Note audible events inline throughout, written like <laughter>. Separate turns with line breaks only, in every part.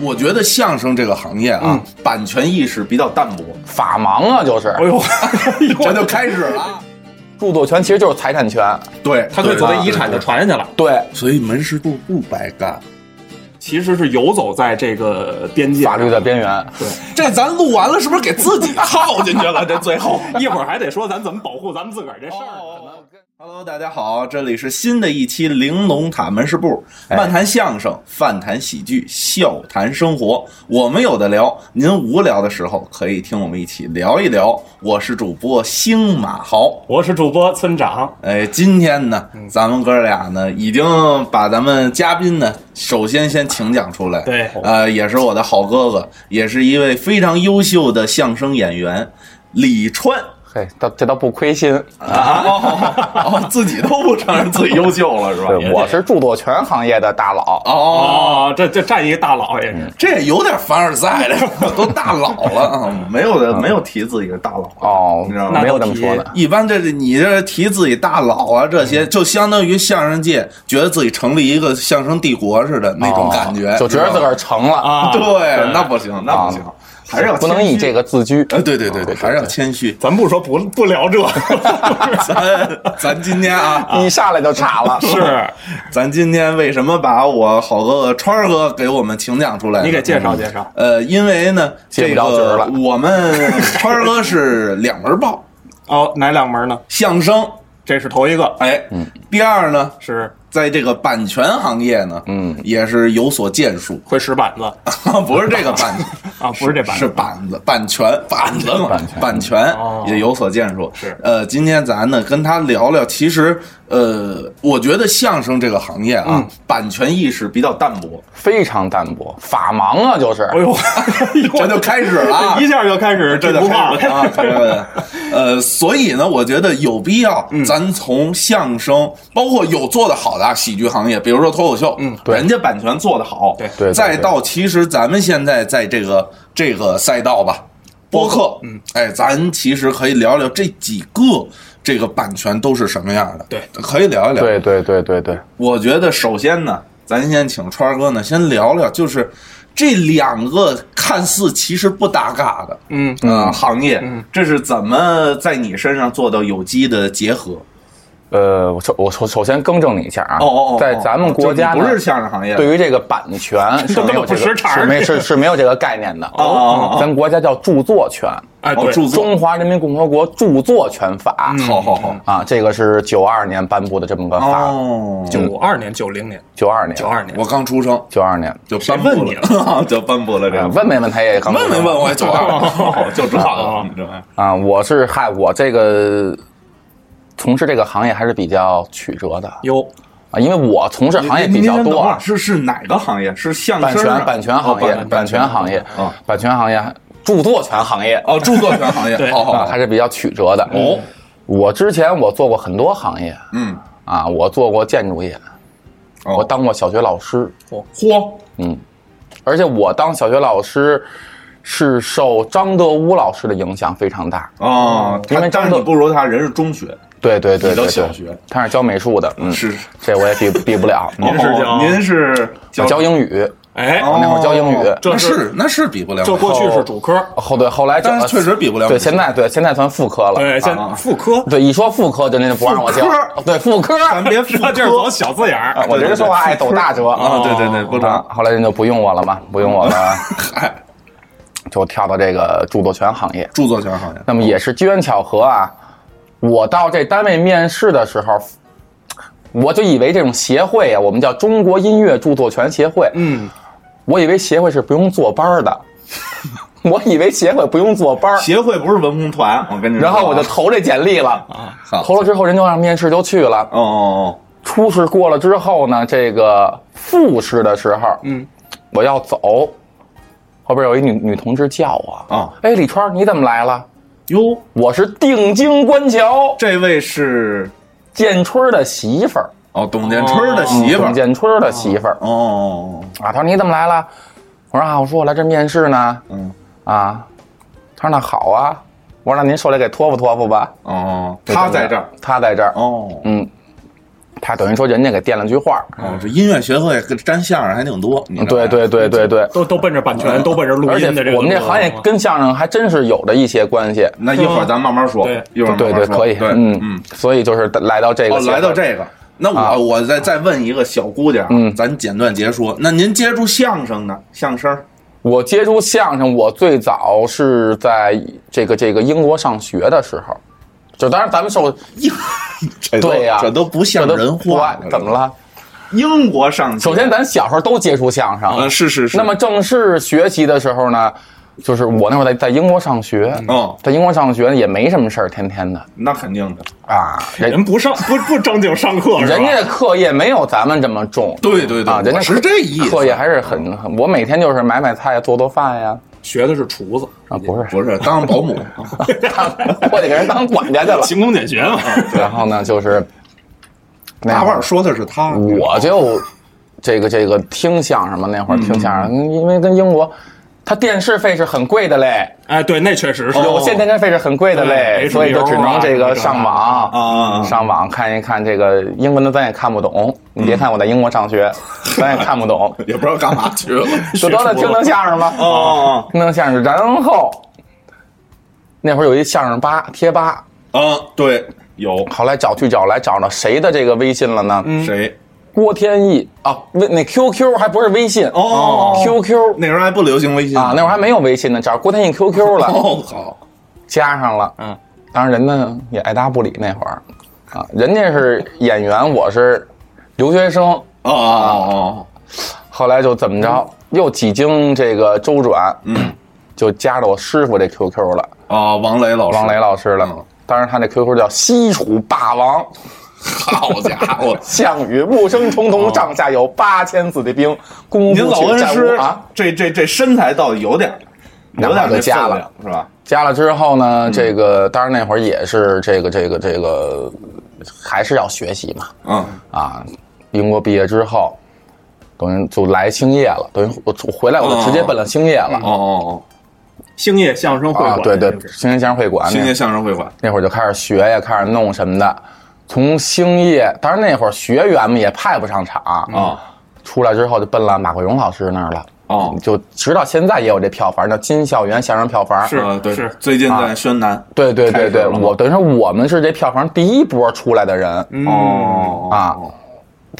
我觉得相声这个行业啊，版权意识比较淡薄。
法盲啊，就是
哎呦，
<laughs> 这就开始了，
著作权其实就是财产权，
对，
他可以
对
作为遗产就传下去了。
对，
所以门市部不白干。
其实是游走在这个边界，
法律的边缘。
这咱录完了，是不是给自己套进去了？ <laughs> 这最后。
<laughs> 一会儿还得说咱怎么保护咱们自个儿这事儿。
Hello，大家好，这里是新的一期玲珑塔门市部，漫谈相声，饭谈喜剧，笑谈生活，我们有的聊。您无聊的时候可以听我们一起聊一聊。我是主播星马豪，
我是主播村长，
哎，今天呢，咱们哥俩呢已经把咱们嘉宾呢，首先先请讲出来。
对
呃，也是我的好哥哥，也是一位非常优秀的相声演员李川
嘿，倒这倒不亏心，
啊、哦哦，自己都不承认自己优秀了是吧？
对，我是著作权行业的大佬。
哦，
哦，这这站一个大佬也是，
这也有点凡尔赛了，都大佬了啊，没有的，没有提自己是大佬。
哦
你知道，
吗
没有这么说的。
一般这是你这提自己大佬啊，这
嗯
些就相当于相声界觉得自己成立一个相声帝国似的那种感觉，
哦就觉得
知道
自
吗
个儿成了啊，
啊，
嗯对，那不行，那不行，还是要
不能以这
个。
个自居。
哎，对对对对，
啊
还是要谦虚。
咱不说不不聊这，
咱咱今天啊，
一上来就
<laughs>
差了，
是
咱今天为什么把我好哥哥川儿哥给我们请讲出
<laughs>
来？
你给介绍介绍。
呃，因为呢，
借
这
不着角儿
个
了
我们川儿哥是两门儿报，
哦，哪两门呢？
相声，
这是头一个，
哎，
嗯
第二呢，
是
在这个版权行业呢，嗯，也是有所建树， <laughs>
会使板子
不是这
<laughs>
个版权。
啊，不是这板
是
子，
板子，版权，板子嘛，
版权
版权
哦
也有所建树。
是
呃，今天咱呢跟他聊聊，其实呃，我觉得相声这个行业
嗯
啊，版权意识比较淡薄，
非常淡薄，法盲啊，就是
哎
<laughs>
呦，
这就开始了
<laughs> 。
啊
一下就开始
这
这
就
不
开
怕
始了
了。
啊，对对对，呃，所以呢，我觉得有必要，咱从相声，包括有做的好的啊喜剧行业，比如说脱口秀，嗯，
对
人家版权做得好，
对
对对
再到其实咱们现在在这个这个赛道吧，播客，嗯，哎，咱其实可以聊聊这几个这个版权都是什么样的，
对，
可以聊一聊。
对对对对对，
我觉得首先呢，咱先请川儿哥呢先聊聊，就是这两个看似其实不搭嘎的，
嗯
啊、行业，这是怎么在你身上做到有机的结合？
呃，我首我首首先更正你一下啊，
哦哦哦，
在咱们国家
就
呢
你不是相声行业，
对于这个版权是没有
<laughs>
这
这根本不识
个
茬儿
是没是是没有这个概念的。嗯
哦哦哦
咱国家叫著作权，
哎，
哦，
对，
著作，
中华人民共和国著作权法。
嗯好好好，
啊，这个是九二年颁布的这么个法，
哦，
九二年、九零年、
九二年，
九二年，
我刚出生
九二年。
就颁布
谁
了， <laughs> 就颁布了这
呃
个，
问没问他也刚
啊问没问我也九二，就知道
哦
了，你知道吗？
啊？我是嗨，我这个从事这个行业还是比较曲折的
哟，
啊，因为我从事行业比较
您您
多
等会
啊
儿，是是哪个行业？是相
版
声啊
权版权行业
哦，
版权行业
哦，
版权行业，著作权行业
哦，著作权行业，
对
好好
啊，
好
还是比较曲折的。
哦，
我之前我做过很多行业
嗯，
啊，我做过建筑业，
哦
我当过小学老师，
嚯，
而且我当小学老师是受张德武老师的影响非常大。
哦，
因为
他但
张
是
德
你不如他，人是中学，
对对对
你
对
都
对，
小学
他是教美术的，嗯，
是
这我也比比不了。嗯哦
您是
哦
教
您是
我教英语，
哎，
哦
我那会儿教英语，
哦这
那
是
是那是比不了，哦
这过去啊是主科，
后对后来就
但是确实比不了
对，
美术
现在对现在算副科了。
对，现
啊
妇哎科，
对一说副科就那就不让我教
副 <laughs> 科，
对副科，
咱别啊复
这就是
刻
走小字眼儿，
我这人说话爱抖大折
啊，对对对，不
啊
长，，
后来人就不用我了嘛，不用我了，
<laughs> 嗨，
就跳到这个著作权行业。
著作权行业，
那么也是机缘巧合啊，我到这单位面试的时候，我就以为这种协会啊，我们叫中国音乐著作权协会，
嗯，
我以为协会是不用坐班儿的， <laughs> 我以为协会不用坐班儿，
协会不是文工团，我跟你说
然
啊，
后我就投这简历了，
好
投了之后人就让面试就去了，
哦哦
初试过了之后呢，这个复试的时候，
嗯，
我要走，后边有一女女同志叫我，
哦
哎，李川，你怎么来了？
哟，
我是定睛观瞧
这位是
建春儿的媳妇儿，
哦董哦建春的媳妇
董
儿，
建春儿的媳妇儿
哦哦，
啊。他说你怎么来了？我说啊，我说我来这面试呢，
嗯
啊，他说那好啊，我说那您受来给托付托付吧。
哦哦，他在这儿，
他在这儿，
哦，
嗯，他等于说人家给垫了句话儿，
啊，这音乐学会跟沾相声还挺多，你知道吧
对对对对对，
都都奔着版
嗯
权，都奔着录
而且
音的这个。
我们这
啊
啊
行业跟相声还真是有着一些关系，
那一会儿咱慢慢说，
对
一会儿慢
对
慢
对，
说
可以，
对，
嗯嗯，所以就是来到这个
哦，
协会，
来到这个，那我、
啊
我再再问一个小姑娘，
嗯
咱简短截说。那您接触相声呢？相声
我接触相声，我最早是在这个这个英国上学的时候，就当然咱们受
这都
对呀、
这都不像
这都
人
不
话
爱，怎么？了？
英国上
首先，咱小时候都接触相声，
啊，是是是，
那么正式学习的时候呢，就是我那会儿在在英国上学，
哦，
在英国上学也没什么事儿，天天的
那肯定的，
啊，人
人不上不不正经上课是吧？
啊
人家的课业没有咱们这么重，
对对对，
啊，人家
我是这意思，
课业还是很很，我每天就是买买菜、做做饭呀，
学的是厨子，
啊，不是， <laughs>
不是当保姆，
我得给人当管家去
<laughs>
了。
勤工俭学嘛。
然后呢，就是那
大
会
腕
儿
儿说的是他，
我就这个这个听相声嘛，那会儿
嗯
听相声，因为跟英国，它电视费是很贵的嘞，
哎，对，那确
哦
实是。
有线电视费是很贵的嘞，
对
所以就只能这个上网
啊
上网看一看这个英文的，咱也看不懂。你
嗯
别看我在英国上学，咱也看
<laughs>
不懂，
也不知道干嘛去
<laughs>
了，
就当着听听相声吧。
哦
听听相声，然后那会儿有一相声吧贴吧，
哦啊，对，有
后来找去找来找到谁的这个微信了呢？
谁？
郭天意啊，微那 QQ 还不是微信
哦
，QQ
那时候还不流行微信
啊，那会儿还没有微信呢，找郭天意 QQ 了，
哦好，
加上了，
嗯，
当然人呢也爱搭不理那会儿，啊，人家是演员，我是留学生，
哦哦
后来就怎么着，
嗯
又几经这个周转，嗯，就加了我师傅这 QQ 了，
哦哦，王磊老师，
王雷老师了
嗯，
当然他那 QQ 叫西楚霸王。
好家 <laughs> 伙！
项羽木生重瞳，帐下有八千子弟兵。功
嗯您
夫
老
取
恩
战
师
无啊，
这这这身材倒有点儿，有点儿
两把
那
都加了
分量是吧？
加了之后呢，
嗯
这个当然那会儿也是这个这个这个，还是要学习嘛
嗯，
啊。英国毕业之后，等于就来兴业了，等于我我回来我就直接奔了兴业了、
哦哦
兴业相声会
啊
馆，。
对对，兴业相声会
哦，
馆
新
那
街相声会馆，
那会儿就开始学呀，开始弄什么的。从兴业，当然那会儿学员们也派不上场
嗯
啊、出来之后就奔了马桂荣老师那儿了。
哦，
就直到现在也有这票房，叫金校园相声票房。
是
啊对
是，
最近在宣南，
对对
开
对
始
对，
了吗
我等于说我们是这票房第一波出来的人，
哦
啊，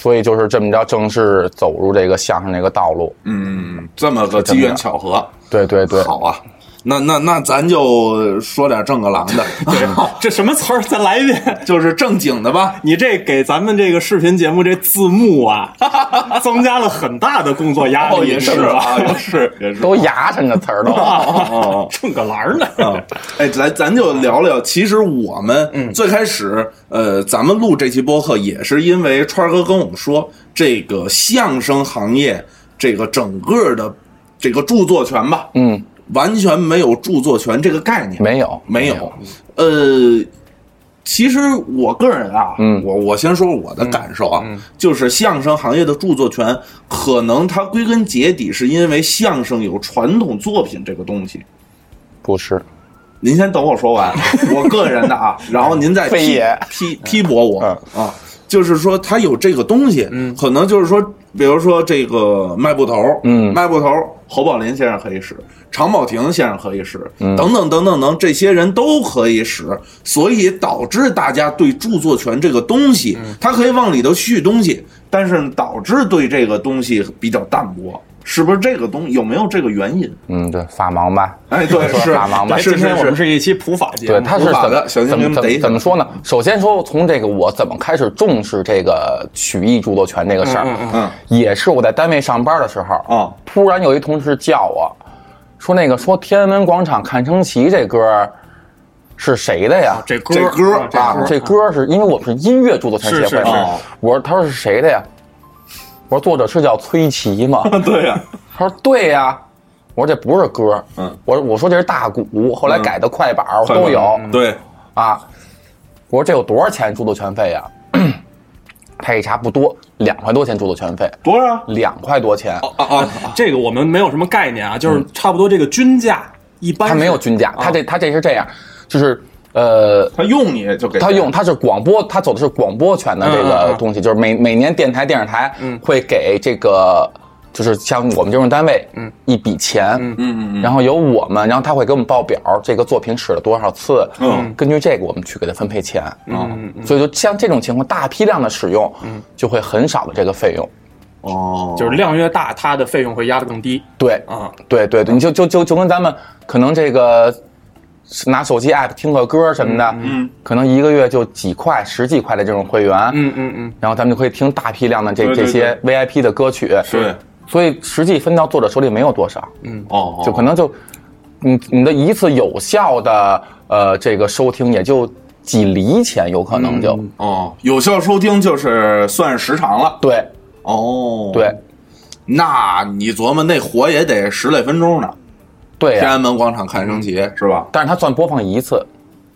所以就是这么着正式走入这个相声这个道路。
嗯，这么个机缘巧合，
对对对，
好啊。那那那咱就说点正个郎 <laughs> 的，
对，这什么词儿？再来一遍。
就是正经的吧。
你这给咱们这个视频节目这字幕啊， <laughs> 增加了很大的工作压力，
哦，也是
是吧
啊，？也是也是。
<laughs> 都牙碜这词儿
<laughs>
都。
哦
正个栏儿
<laughs>
呢。
啊， <laughs> 哎，咱咱就聊聊。其实我
嗯
们最开始，呃，咱们录这期播客也是因为川儿哥跟我们说，这个相声行业这个整个的这个著作权吧，
嗯，
完全没有著作权这个概念，
没有
没有。呃，其实我个人啊，
嗯
我我先说我的感受啊，就是相声行业的著作权，可能它归根结底是因为相声有传统作品这个东西。
不是，
您先等我说完，我个人的啊，然后您再
非
批
也
批批驳我啊，就是说他有这个东西，可能就是说，比如说这个卖布头，
嗯
卖布头，侯宝林先生可以使，常宝霆先生可以使，等等等等等，这些人都可以使，所以导致大家对著作权这个东西，他可以往里头续东西，但是导致对这个东西比较淡薄，是不是这个东有没有这个原因？
嗯，对，法盲吧。
哎，对，
说
是
法盲吧
哎
是
今
是
天我
是
们。是一期普法节目，
哎
对，他是
无法
怎
的
么
小心
怎
给
么
你
怎
逮起来
么怎么说呢？首先说，从这个我怎么开始重视这个曲艺著作权这个事儿，
嗯嗯
嗯
也是我在单位上班的时候，
哦
突然有一同事叫我，说那个说天安门广场看升旗这歌儿是谁的呀？
这歌
这歌
啊这
啊，这歌儿是因为我们是音乐著作权协
是是是
会嘛，我说他说是谁的呀？我说作者是叫崔琦吗？
<laughs> 对呀、
他说对呀、我说这不是歌儿，
嗯
我说我说这是大鼓，后来改的快板儿
快
都
板
有
嗯
嗯
对，
啊。我说这有多少钱著作权费呀？他一查不多，两块多钱著作权费，
多少？
两块多钱，
哦
啊啊，
这个我们没有什么概念啊，就是差不多这个均价一般
他
是
嗯
哦
没有均价，
啊
他这他这是这样，就是呃，
他用你就给
他用他是广播，他走的是广播权的这个东西，就是每每年电台、电视台会给这个，就是像我们这种单位，一笔钱，
嗯
然后由我们，然后他会给我们报表，这个作品使了多少次，
嗯
根据这个我们去给他分配钱，啊
嗯
所以就像这种情况，大批量的使用，就会很少的这个费用，
哦，
就是量越大，它的费用会压得更低
对，
啊。
对对对，你就就就就跟咱们可能这个拿手机 app 听个歌什么的，嗯，可能一个月就几块、十几块的这种会员，
嗯嗯嗯，
然后咱们就可以听大批量的这
对对
这些 VIP 的歌曲，
对，
所以实际分到作者手里没有多少，
哦，
就可能就你你的一次有效的呃这个收听也就几厘钱，有可能就、
哦，有效收听就是算时长了。
对
哦，
对，
那你琢磨那火也得十来分钟呢。
对
天啊
呀、
安门广场看升旗是吧？哦
但是它算播放一次，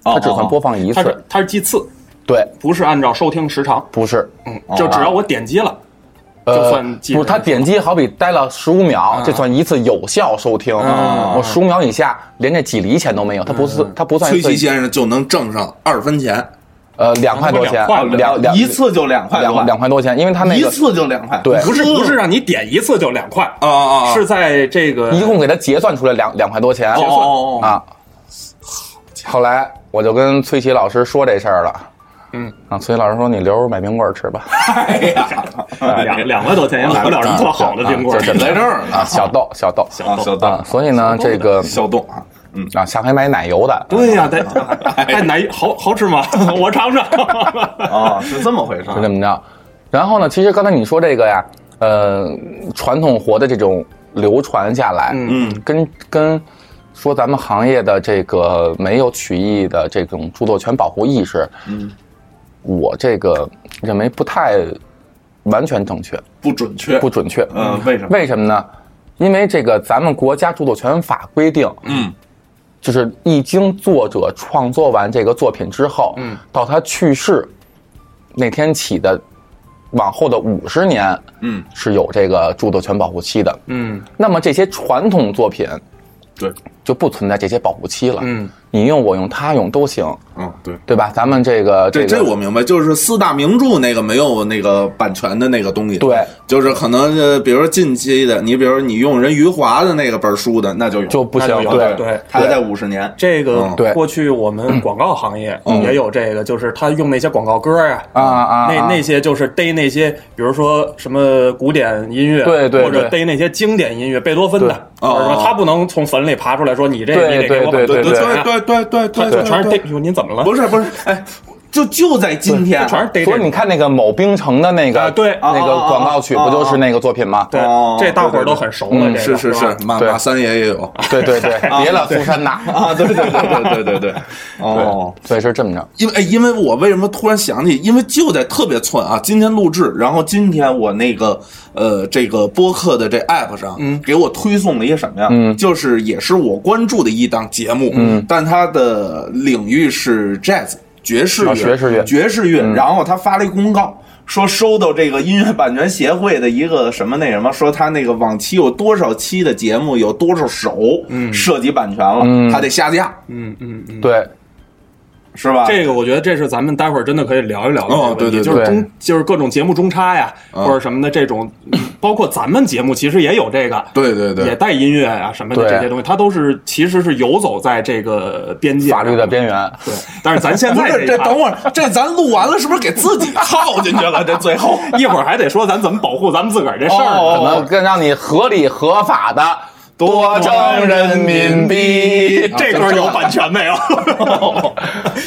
它只算播放
哦
一
它
次
是，它是计次，
对，
不是按照收听时长，
不是。
嗯，就只要我点击了，
呃
就算记
不
着
是他点击好比待了十五秒，这算一次有效收听。我十五秒以下，连这几厘钱都没有，他不是他不算
崔
一
琦
次，
先生就能挣上二分钱，
呃，两块多钱
两块，
两哦两
一次就两块多，
两两块多钱，因为他那
一
个
次就两块，
对嗯
不是不是让你点一次就两块，
啊啊，啊
是在这个
哦一共给他结算出来两两块多钱
哦哦哦，
啊。后来我就跟崔琦老师说这事儿了，
嗯
啊，崔琦老师说你留着买冰棍儿吃吧，
哎呀，
两两块多
哦
钱也买不了什么特好的冰棍
啊这
儿。
这
<laughs> 来这儿
啊，
了，
小豆小豆
啊小
啊，
邓，
所以呢，这个
小董啊，嗯，
啊，下回买奶油的，
对呀，带带奶油好好吃吗？ <laughs> 我尝尝。
哦，是这么回事
就这么着。然后呢，其实刚才你说这个呀，呃，传统活的这种流传下来，
嗯
跟跟说咱们行业的这个没有曲艺的这种著作权保护意识，嗯，我这个认为不太完全正确，
不准确，
不准确。
嗯，为什么？
为什么呢？因为这个咱们国家著作权法规定，
嗯，
就是一经作者创作完这个作品之后，嗯，到他去世那天起的往后的五十年，
嗯，
是有这个著作权保护期的。
<laughs> 嗯
那么这些传统作品
对，
就不存在这些保护期了，
嗯，
你用我用他用都行，
嗯，对。
对吧？咱们这个
这
个
这我明白，就是四大名著那个没有那个版权的那个东西，
对，
就是可能呃，比如说近期的，你比如说你用人余华的那个本书的，那就有
就不行
那就，有
对
了对
他在五十年，
这个
嗯
对嗯
过去我们广告行业也有这个，就是他用那些广告歌呀，
啊啊，
那
啊
那些就是逮那些，比如说什么古典音乐，
对对
或者
对
逮那些经典音乐，贝多芬
对
的，或者
哦
说他不能从坟里爬出来说你这
对
你得给我
对
把
对
对
多
对
钱啊，
对对对对对，
全是逮
对，
哟，您怎么了？
不是不是，哎，就就在今天，
全是逮
所
这
以你
个。
看那个某冰城的那个
啊对
那个广告曲
啊啊啊
不就是那个作品吗？
对
哦，
这大伙儿都很熟了，
对对对
这
是
个
是
吧
是，马
对
马三爷也有 <laughs>
对对 <laughs> 对，别了苏珊娜，
啊，对对对对对对对，哦。
所以是这么着。
因为哎，因为我为什么突然想起？因为就在特别寸啊，今天录制，然后今天我那个呃这个播客的这 app 上，嗯，给我推送了一个什么呀？嗯，就是也是我关注的一档节目，嗯，但它的领域是 jazz 爵士乐，
啊爵士乐
爵士乐。然后他发了一公告。说收到这个音乐版权协会的一个什么那什么，说他那个往期有多少期的节目，有多少首涉及版权了，他得下架，
嗯嗯嗯，
对，
是吧？
这个我觉得这是咱们待会儿真的可以聊一聊的这个
哦对
问
对对
题，就是
对
中就是各种节目中插呀或者什么的这种，包括咱们节目其实也有这个，
对对对，
也带音乐啊什么的
对
这些东西，它都是其实是游走在这个边界
法律的边缘。
对，但是咱现
不
在
是，
一
这
趴
等会儿，这咱录完了，是不是给自己套进去 <laughs> 了？这最后
一会儿还得说咱怎么保护咱们自个儿这事儿
哦
呢。
怎么更让你合理合法的多挣人民币？啊
这歌有版权没有？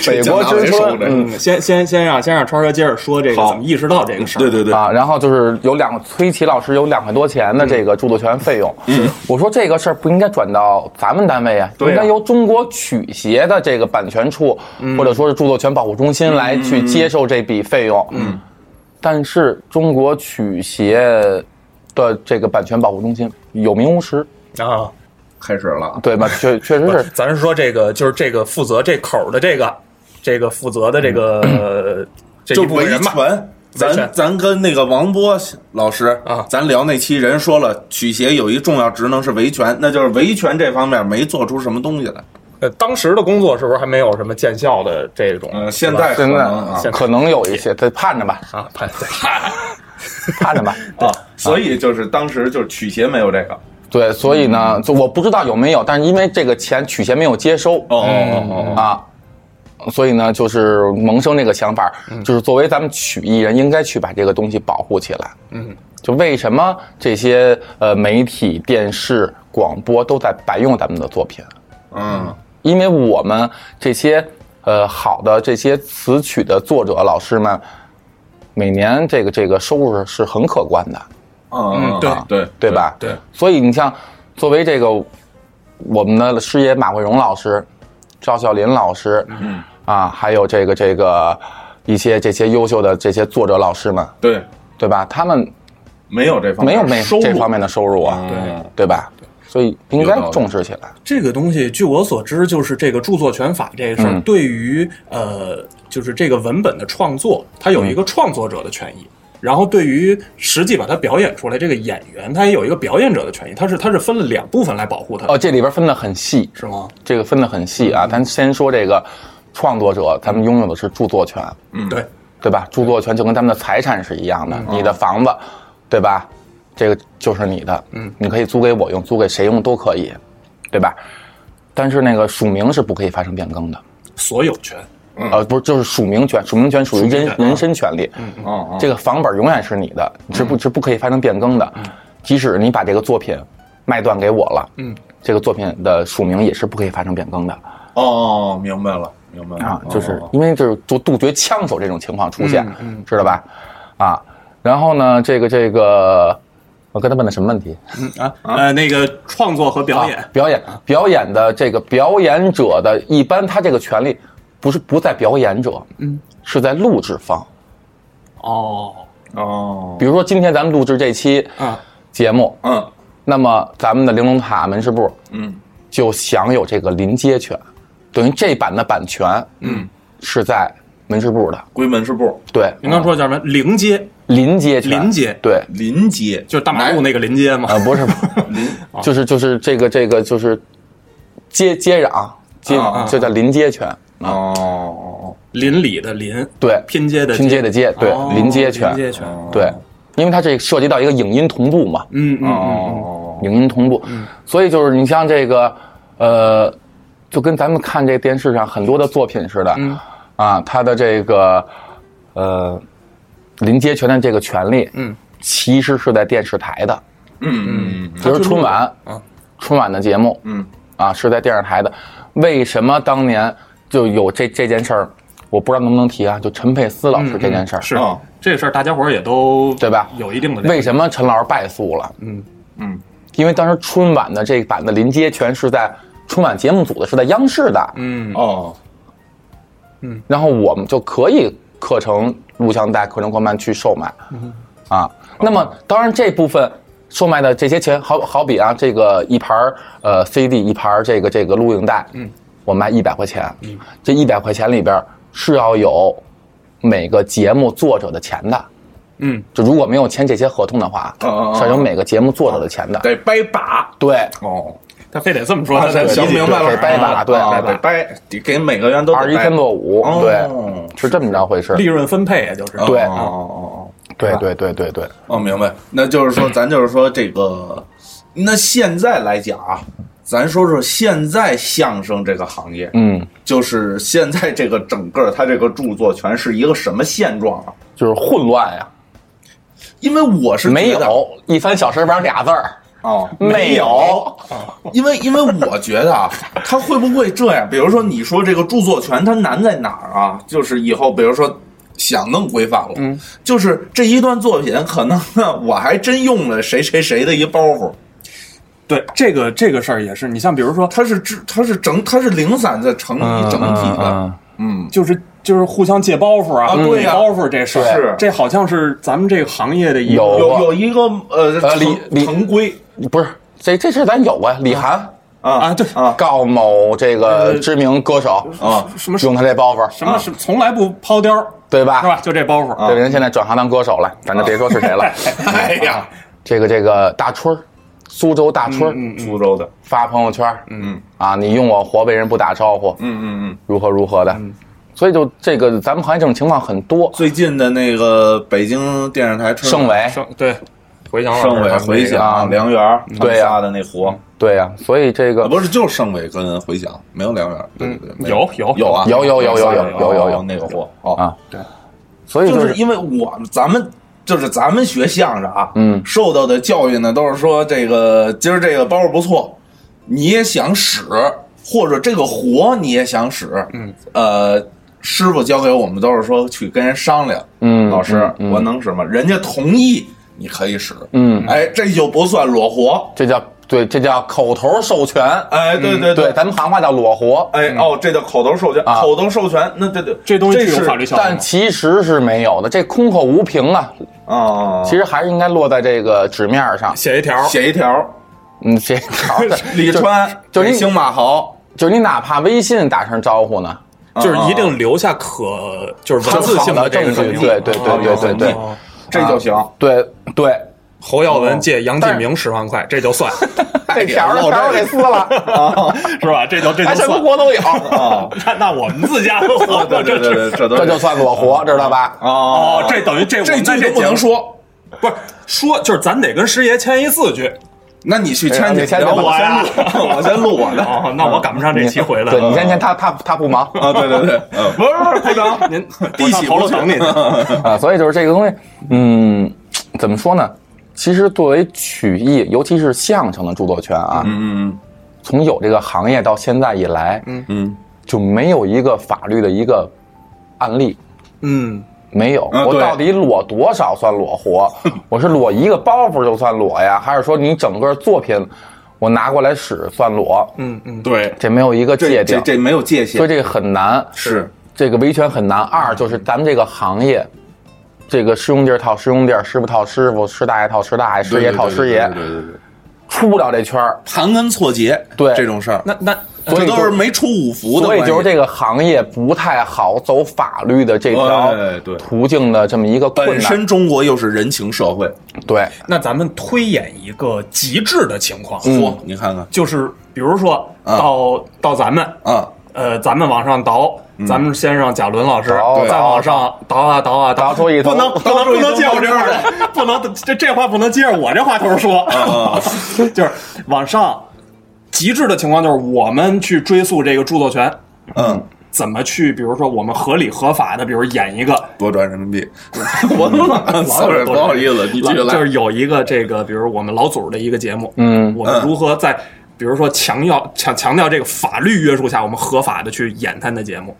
北国之春，嗯
嗯先先先让先让川哥接着说这个
好
怎么意识到这个事儿。
对对嗯对，
啊，然后就是有两个崔琦老师有两块多钱的这个著作权费用，嗯，我说这个事儿不应该转到咱们单位啊，
对啊
应该由中国曲协的这个版权处、
嗯
或者说是著作权保护中心来去接受这笔费用，嗯，但是中国曲协的这个版权保护中心有名无实，
啊，
开始了。
对吧？确确实
<laughs>
是
咱是说这个就是这个负责这口儿的这个这个负责的这个呃这
就
一部分
维
人吧。
权，
维
咱
权
咱跟那个王波老师
啊
咱聊那期人说了，曲协有一重要职能是维权，那就是维权这方面没做出什么东西来。
呃，当时的工作是不是还没有什么见效的这种？
嗯
嗯
呃，现在可
现
能
在
啊，
可能有一些，对，盼着吧，
啊，潘
<laughs>
对
盼着吧。
啊，所以就是当时就是曲协没有这个，
对，所以呢，就我不知道有没有，但是因为这个钱曲协没有接收，
哦哦哦哦，
啊，所以呢，就是萌生这个想法，就是作为咱们曲艺人，应该去把这个东西保护起来。嗯，就为什么这些呃媒体、电视、广播都在白用咱们的作品？
嗯
因为我们这些呃好的这些词曲的作者老师们，每年这个这个收入是很可观的。
嗯
对
对
对吧？
对，
所以你像作为这个我们的师爷马慧荣老师、赵孝林老师，嗯啊，还有这个这个一些这些优秀的这些作者老师们，
对，
对吧？他们
没有这方
没
面
有没
收入
这方面的收入啊，
嗯
对吧？所以应
有
该
道理
重视起来。
这个东西，据我所知，就是这个著作权法这事
嗯
儿，对于、呃，就是这个文本的创作，它
嗯
有一个创作者的权益。然后对于实际把它表演出来，这个演员他也有一个表演者的权益，它是它是分了两部分来保护它的，
哦，这里边分得很细，
是吗？
这个分得很细
嗯
啊。咱先说这个创作者，咱们拥有的是著作权，
对，
对嗯吧？著作权就跟咱们的财产是一样的，你的房子，对吧？这个就是你的，嗯，你可以租给我用，租给谁用都可以，对吧？但是那个署名是不可以发生变更的，
所有权
呃，不是，就是署名权，署名权属于
署名
人嗯
权啊
人身权利，
哦哦
这个房本永远是你的，是不是不可以发生变更的，即使你把这个作品卖断给我了，嗯，这个作品的署名也是不可以发生变更的，
哦，明白了明白了
啊，就是
哦
因为就是就杜绝枪手这种情况出现，知道吧？啊，然后呢，这个这个，我跟他问的什么问题？
啊呃，那个创作和表演，
啊表演表演的这个表演者的，一般他这个权利不是不在表演者，嗯，是在录制方。
哦
哦
比如说今天咱们录制这期
啊，
节目，
嗯
那么咱们的玲珑塔门市部
嗯
就享有这个临接权，等于这版的版权，嗯，是在门市部的，
归门市部
对，
嗯
您刚说叫什么？临街
临接权，
临接
对。
临街
就是大马路那个临街嘛
啊，，
<laughs>
不是，就是就是这个这个就是接接壤接
啊啊
就叫临接权，
哦哦
邻里的邻，
对，
拼接的
拼接的接，对
哦，
临接权
临，接权，
哦
对，因为它这涉及到一个影音同步嘛，
嗯嗯
哦
嗯，
哦
影音同步，所以就是你像这个呃，就跟咱们看这电视上很多的作品似的，
嗯
啊，它的这个呃临接权的这个权利，嗯，其实是在电视台的，
嗯嗯
比如春晚，啊春晚的节目，
嗯
啊，是在电视台的。为什么当年就有这这件事儿？我不知道能不能提啊，就陈佩斯老师这件事儿、
是
哦
这事儿，大家伙儿也都
对吧
有一定的
为什么陈老师败诉了？嗯
嗯，
因为当时春晚的这版的临接权是在春晚节目组的，是在央视的，
嗯哦
然后我们就可以刻成录像带、刻成光盘去售卖，啊，那么当然这部分售卖的这些钱，好好比啊，这个一盘儿呃 CD，一盘儿这个这个录影带，嗯，我卖一百块钱，嗯，这一百块钱里边儿是要有每个节目作者的钱的，
嗯，
就如果没有签这些合同的话，
哦哦哦
是要有每个节目作者的钱的，
得掰把
对，
哦。
他非得这么说，
啊，
他才
行，
理解
明白了，
得掰吧对
啊
掰吧
得掰，得给每个人都得掰
二一天作五，
哦
对，是这么着回事，
利润分配啊，就是
哦
对
哦哦
对对对对对，
哦，哦，明白。那就是
<clears throat>
说，咱就是说这个，那现在来讲啊，咱说说现在相声这个行业，
嗯，
就是现在这个整个它这个著作权是一个什么现状啊？
就是混乱呀、
因为我是觉得
没有一翻小身板俩字儿，
哦，
没有，
因为因为我觉得啊，他会不会这样？比如说，你说这个著作权它难在哪儿啊？就是以后比如说想弄规范了，嗯，就是这一段作品可能呢，我还真用了谁谁谁的一包袱，
对这个这个事儿也是，你像比如说，
它是制，它是整，它是零散的成一整体的，嗯，
就是就是互相借包袱啊，
啊对呀
包袱这事儿，
是
这好像是咱们这个行业的一个
有
有有一个嗯呃
呃李
成
李
成规
不是这这事儿咱有啊，李涵
啊
啊，对，
啊
告某这个知名歌手，
啊
什么什
用啊他这包袱，
么是从来不抛貂儿，
对
是吧？
吧？
就这包袱，哎
嗯 <laughs>
这人现在转行当歌手了，咱就别说是谁了。
哎呀，
这个这个大春儿，苏州大春儿
嗯嗯
苏州的，
发朋友圈儿，
嗯
啊，你用我活被人不打招呼，
嗯嗯嗯。
如何如何的，所以就这个咱们行业这种情况很多。
最近的那个北京电视台春
盛伟，
上对
回想
盛伟啊回
啊
响梁园
对呀
呀的那活，
对呀、所以这
啊
个
不是就是盛伟跟回响，没有梁园，对对对，没
有有
有啊，
有有有有有有有有
那个活哦
啊所以
就
就是是
因为我们咱们就是咱们学相声啊，
嗯
受到的教育呢都是说这个今儿这个包不错，你也想使，或者这个活你也想使，嗯，呃，师傅教给我们都是说去跟人商量，
嗯
老师、
嗯嗯
我能使吗？人家同意你可以使，
嗯，
哎，这就不算裸活，
这叫对，这叫口头授权，
哎，对对
对，咱们行话叫裸活，
哎哦，这叫口头授权，
啊
口头授权，那这这
这东西具有
是
法律效力
但
吗。
其实是没有的，这空口无凭啊，
啊，
其实还是应该落在这个纸面上。
写一条，
写一条，
嗯，这条 <laughs> 的
李川
就
北
你
星马豪。
就是你哪怕微信打声招呼呢，
啊
就是一定留下可就是文
很
字
好
性
的
这
证
个肯，
据
定
对对
哦有
对对对
痕迹
对
哦
这就行。
对对，
侯耀文借杨
但
进
是
明十万块，这就算
这条儿条哎儿给撕 <laughs> 了，
<laughs> 是吧？这就这
还
哎
就
什么
算。
活都有，
那那我们
<laughs>
自家的活
对对对对，这都
啊这就算裸活，知道吧？
哦
哦，，这等于这
这
我们在
句都
这
不能
节目
说。
不是说，就是咱得跟师爷签一字据。
那你去签去，
你先
然后我
去
先
吧 <laughs>
录，我先录我的。
哦，那我赶不上这期回来
对
了。
你先先他他他不 <laughs> 忙
啊，对对对，嗯不是不是，不能，
您
地
上
起
头了疼你呢。
啊，所以就是这个东西，嗯，怎么说呢？其实作为曲艺，尤其是相声的著作权啊，
嗯
从有这个行业到现在以来，嗯，
嗯
就没有一个法律的一个案例，
嗯，
没有，
嗯
我
对
到底裸多少算
<laughs>
裸活？我是裸一个包袱就算裸呀，还是说你整个作品我拿过来使算裸？
嗯嗯，
对，
这没有一个界
这这
定，
这没有界
所
限，
以这个很难，
是
这个维权很难。
嗯
二就是咱们这个行业，这个师兄弟儿套师兄弟儿，师傅套师傅，师大爷套师大爷，师爷套师爷
对，对对对对对，
出不了这圈儿。
盘根错节，
对
这种事儿，
那呃那
所
这
以
都是
就
没出五福的
所
关系，
以就是这个行业不太好走法律的这条
哎对
途径的这么一个困
本
难。
身啊中国又是人情社会，
对，
那咱们推演一个极致的情况，
嚯，你看看
就是比如说
啊
到到咱们，
啊，
呃，咱们往上倒，咱们先让贾伦老师
倒
再往上嗯倒啊倒啊
拿
倒，
出一头
不能不能
出
不
一
能
头
接我
冒
这
尖
样
儿
的，不能这这话不能接着我这话头说，嗯 <laughs> 就是往上极致的情况就是我们去追溯这个著作权，
嗯，
怎么去，比如说我们合理合法的，比如演一个
多赚人民币， <laughs> 我 <laughs> sorry，不好意思，你继续来，
就是有一个这个，比如我们老祖的一个节目，
嗯
我们如何在比如说强要强强调这个法律约束下，我们合法的去演他的节目，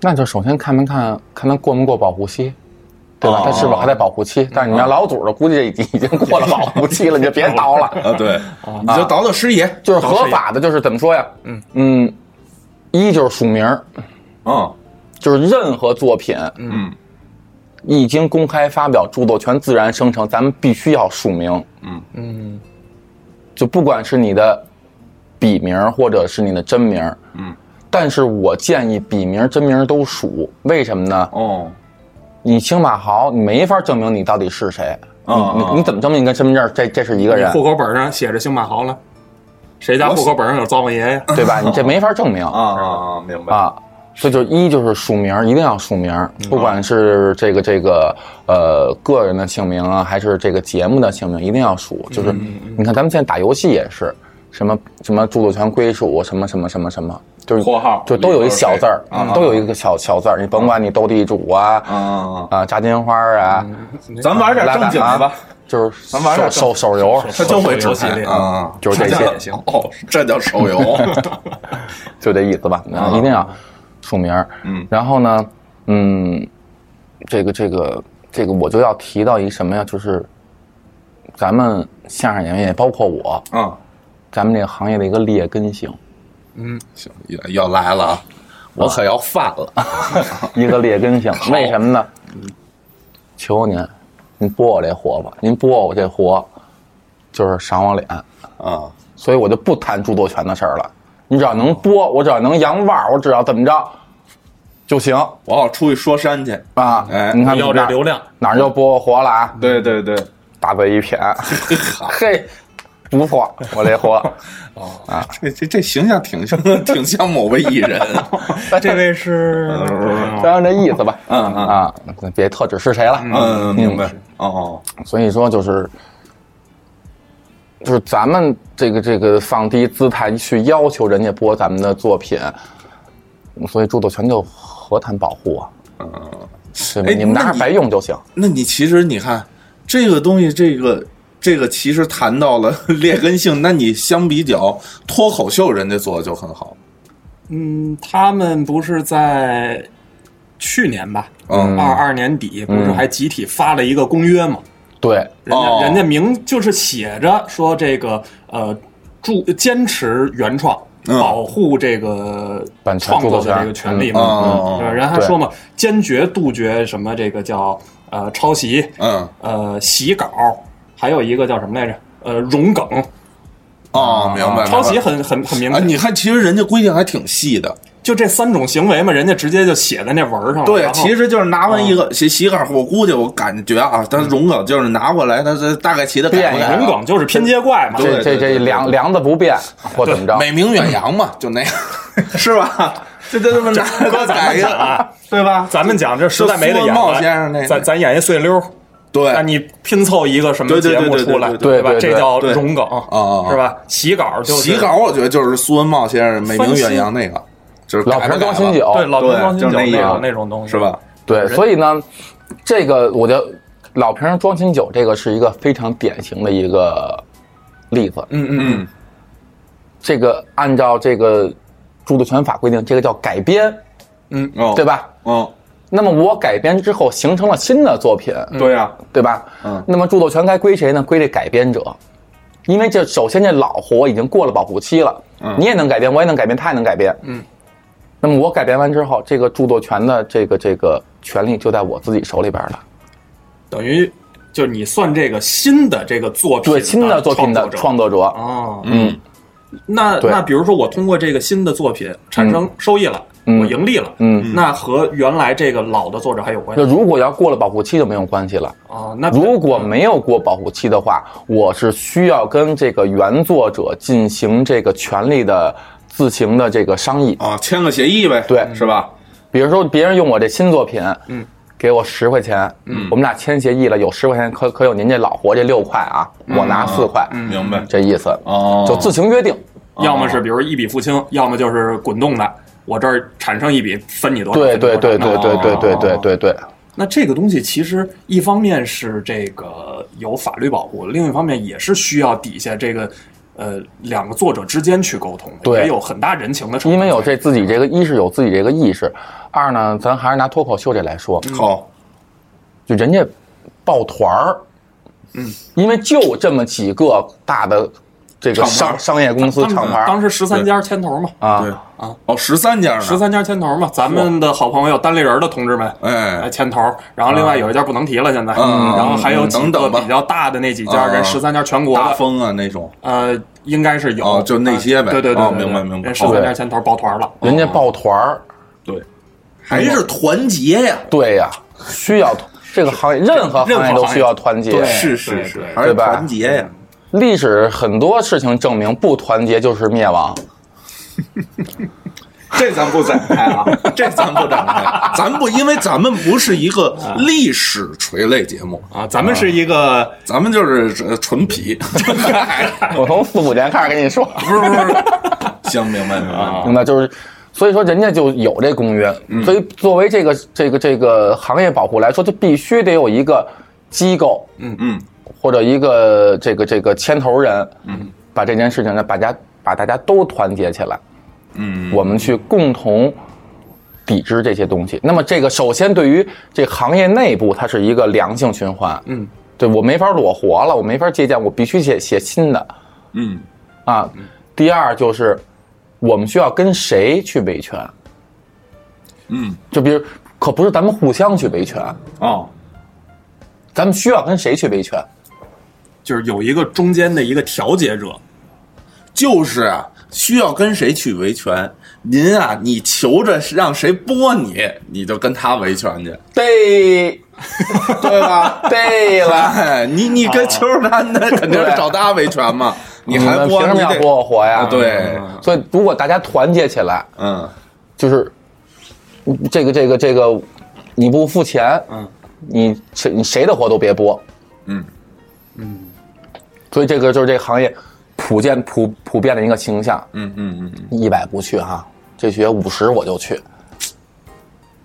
那就首先看没看，看他过没过保护期，对
哦
吧？他是否还在保护期？但是
嗯
你要老祖的，估计已经已经过了保护
<laughs>
期了，你就别倒了。
啊，对，你就倒倒师爷，
就是合法的，就是怎么说呀？嗯嗯，一就是署名儿，
嗯
就是任何作品，
嗯，
一经公开发表，著作权自然生成，咱们必须要署名。
嗯
嗯，就不管是你的笔名儿或者是你的真名，
嗯，
但是我建议笔名儿、真名儿都署，为什么呢？
哦。
你青马豪，你没法证明你到底是谁。
啊啊
你你你怎么证明你跟身份证这这是一个
你
人， <laughs>
户口本上写着星马豪了，谁家户口本上有灶王爷呀？
对吧？你这没法证明
啊啊啊！明白。
啊。所以就一就是署名，一定要署名，不管是这个这个呃个人的姓名啊，还是这个节目的姓名，一定要署。就是你看咱们现在打游戏也是，什么什么著作权归属，什么什么什么什么，就是
括号
就都有一小字儿
里边，
都有一个小小字儿。你甭管你斗地主啊
啊啊！
啊炸金花啊，
咱玩点正经的吧，
就是
咱玩点
手手手游，
他就会
手游系列
啊，
就是这些
也行。哦，这叫手 <laughs> 游。
就这意思吧，一定要署名。
啊嗯，
然后呢，嗯，这个这个这个，我就要提到一什么呀？就是咱们相声演员，也包括我，
啊，
咱们这个行业的一个劣根性，
行，要来了啊，我可要犯了。
一个劣根性。为什么呢？求您，您播我这活吧，您播我这活，就是赏我脸，
啊，
所以我就不谈著作权的事儿了。你只要能播，我只要能扬腕儿，我只要怎么着就行
我要出去说山去。
啊！
哎
你看
要
哪
这
儿
流量，
哪儿就播我活了啊？
对对对，
大嘴一撇， <laughs> 嘿，不错，我这货，
这这这形象挺像 <laughs> 挺像某位艺人，
这位是
就按这意思吧，
嗯嗯
啊，别特指是谁了，
嗯，明白哦，
所以说就是，就是咱们这个这个放低姿态去要求人家播咱们的作品，所以著作权就何谈保护啊？嗯，
哎
你们拿
那
着
你
白用就行。
那你其实你看这个东西，这个这个其实谈到了 <laughs> 劣根性，那你相比较脱口秀，人家做的就很好，
嗯，他们不是在去年吧，
嗯
二二年底不是还集体发了一个公约吗？
对，
人家、
哦
人家明就是写着说这个呃，注坚持原创，
嗯
保护这个
版权
创作
著作
的
权
这个权利
嗯
嘛。
嗯
对吧人家还说嘛，坚决杜绝什么这个叫呃抄袭，
嗯
呃洗稿，还有一个叫什么来着？呃，融梗、
哦，明白，
抄袭
明白
很很很明
啊，
显，
你看其实人家规定还挺细的，
就这三种行为嘛，人家直接就写在那文儿上了。
对，
然后
其实就是拿完一个洗洗稿，我估计我感觉啊，他容梗就是拿过来，他这大概齐的改
变
过
一
来
下
了
融梗就是拼接怪嘛，
对
这这
对
这梁梁子
<laughs>
不变或怎么着，
美名远扬 <laughs> 嘛，就那样，啊是吧？这这这么拿过改一个，
啊，
对吧？
咱们讲这实在没得演
苏文
了，
茂先生那
咱咱演一碎溜儿，
对，
那你拼凑一个什么
对对
节
对
目
对对
出来，
对
对
吧？
对对
这叫
对
融梗
啊
是吧？洗稿就是
洗，稿，我觉得就是苏文茂先生美名远扬那个，就是
老
改
头
不改
装新
了，
酒，
对
哦
老
对
瓶装
就
新
是
酒
那意思
那种那种东西
是？吧？
对，所以呢，这个我觉得老瓶装清酒这个是一个非常典型的一个例子。
嗯嗯
这个按照这个著作权法规定，这个叫改编，
嗯，哦，
对？吧？
嗯，
那么我改编之后形成了新的作品，
对呀，
对吧？
嗯
那么著作权该归谁呢？归这改编者，因为这首先这老活已经过了保护期了，
嗯
你也能改编，我也能改编，他也能改编，嗯。那么我改编完之后，这个著作权的这个这个权利就在我自己手里边了。
等于就是你算这个新的这个作品
对新的作品的
创
创作者，
哦，
嗯，
那
对
那比如说我通过这个新的作品产生收益了，
嗯
我盈利了，
嗯，
那和原来这个老的作者还有关
就
系
如果要过了保护期就没有关系了。
哦，那
如果没有过保护期的话，我是需要跟这个原作者进行这个权利的自行的这个商议。
啊，签个协议呗，
对
是吧？
比如说，别人用我这新作品，嗯，给我十块钱，嗯，我们俩签协议了，有十块钱，可可有您这老活这六块啊，我拿四块，
明白
这意思，
哦，
就自行约定。
要么是比如一笔付清，要么就是滚动的，我这儿产生一笔分你多少，
对
分你多
对
少
对对对对对对对对，
那这个东西其实一方面是这个有法律保护，另一方面也是需要底下这个呃两个作者之间去沟通的，
对
也有很大人情的成分。
因为有这自己这个，一是有自己这个意识，二呢，咱还是拿脱口秀这来说，
好，
就人家抱团儿，嗯，因为就这么几个大的这个
厂牌
商商业公司
当时
厂牌儿
当时十三家牵头嘛，
对
啊，
啊，哦，十三家呢，
十，三家牵头嘛，咱们的好朋友单立人的同志们。来
哎，
牵头，然后另外有一家不能提了，现在，
嗯
然后还有几
等
个
等吧
比较大的那几家，
嗯
人十三家全国
大
的，
风啊那种，
呃，应该是有，
哦就那些呗
对对
哦
对，对
明白明白
人十三家牵头抱团了，
人家抱团儿，
对，还是团结呀，
对呀，需要团这个行业，任何
任何
行业都
行业
需要团结。
是是
对
是
对，
还是
对吧
团结呀，
历史很多事情证明，不团结就是灭亡。 <laughs>
这咱不 <laughs> 展开啊，这咱不展开，咱不，因为咱们不是一个历史垂类节目，
啊，咱们是一个
咱们就是呃纯皮，
我从四五年开始跟你说，
不是不是，行，明白明白，
明白？就是，所以说人家就有这公约，
嗯
所以作为这个这个这个行业保护来说，就必须得有一个机构，嗯
嗯，
或者一个这个这个牵头人，嗯，把这件事情呢，把家把大家都团结起来，
嗯，
我们去共同。抵制这些东西，那么这个首先对于这行业内部，它是一个良性循环。嗯，对我没法裸活了，我没法借鉴，我必须写写新的。
嗯，
啊，第二就是我们需要跟谁去维权，
嗯，
就比如可不是咱们互相去维权，
哦，
咱们需要跟谁去维权？
就是有一个中间的一个调节者，
就是啊需要跟谁去维权，您啊，你求着让谁播你，你就跟他维权去，
对
对吧？ <laughs>
对了，
哎，你你
啊
跟求着他，
<laughs>
那肯定是找他维权嘛，你还
们
播
嗯凭什么要嗯
你得
播我火呀？
啊对，
所以如果大家团结起来，
嗯
就是嗯这个这个这个，你不付钱，
嗯，
你谁你谁的活都别播，
嗯
所以这个就是这个行业普遍普普遍的一个形象，
嗯嗯嗯
一百不去哈、这学五十我就去。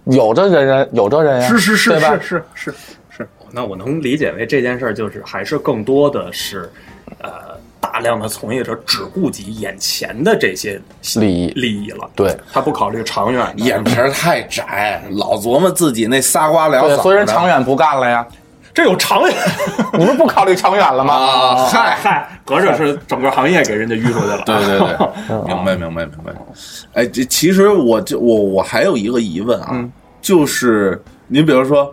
有这人人有这人呀、
是是是
对吧
是是是，
那我能理解为这件事儿就是还是更多的是，呃，大量的从业者只顾及眼前的这些
利益，
利益了，
对
他不考虑长远
嗯，
的。
眼皮儿太窄，老琢磨自己那仨瓜俩
对，
枣，
所以人长远不干了呀。
这有长远，
你们不考虑长远了吗？
啊，嗨。
嗨，合着是整个行业给人家淤出去了。
对对 <laughs> 对，明白明白明白。哎，这其实我就我我还有一个疑问啊，就是您比如说，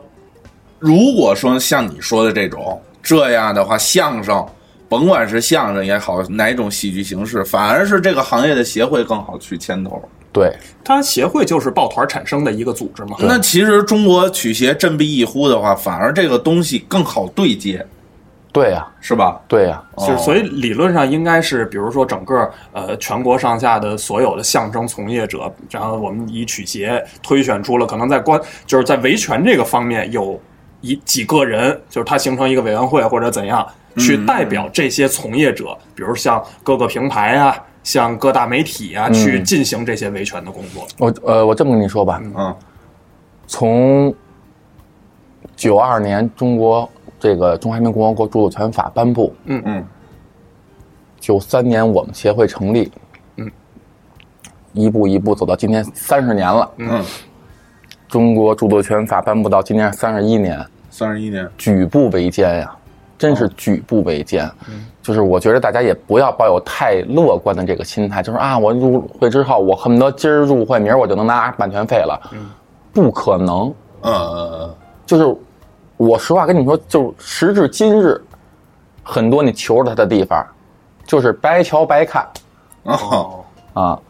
如果说像你说的这种这样的话，相声甭管是相声也好，哪种喜剧形式，反而是这个行业的协会更好去牵头。
对，
它协会就是抱团产生的一个组织嘛。
那其实中国曲协振臂一呼的话，反而这个东西更好对接，
对呀、
是吧？
对呀、
哦
就是所以理论上应该是，比如说整个呃全国上下的所有的象征从业者，然后我们以曲协推选出了可能在关就是在维权这个方面有一几个人，就是他形成一个委员会或者怎样去代表这些从业者，
嗯
比如像各个平台啊，像各大媒体啊，去进行这些维权的工作。
我呃，我这么跟你说吧，
嗯
从九二年中国这个《中华人民共和国著作权法》颁布，
嗯
九三年我们协会成立，
嗯，
一步一步走到今天三十年了。
嗯，
中国著作权法颁布到今年三十一年，
三十一年，
举步维艰呀、真是举步维艰。就是我觉得大家也不要抱有太乐观的这个心态，就是啊，我入会之后，我恨不得今儿入会，明儿我就能拿版权费了，不可能。
呃，
就是我实话跟你说，就是时至今日，很多你求着他的地方，就是白瞧白看
哦，
啊，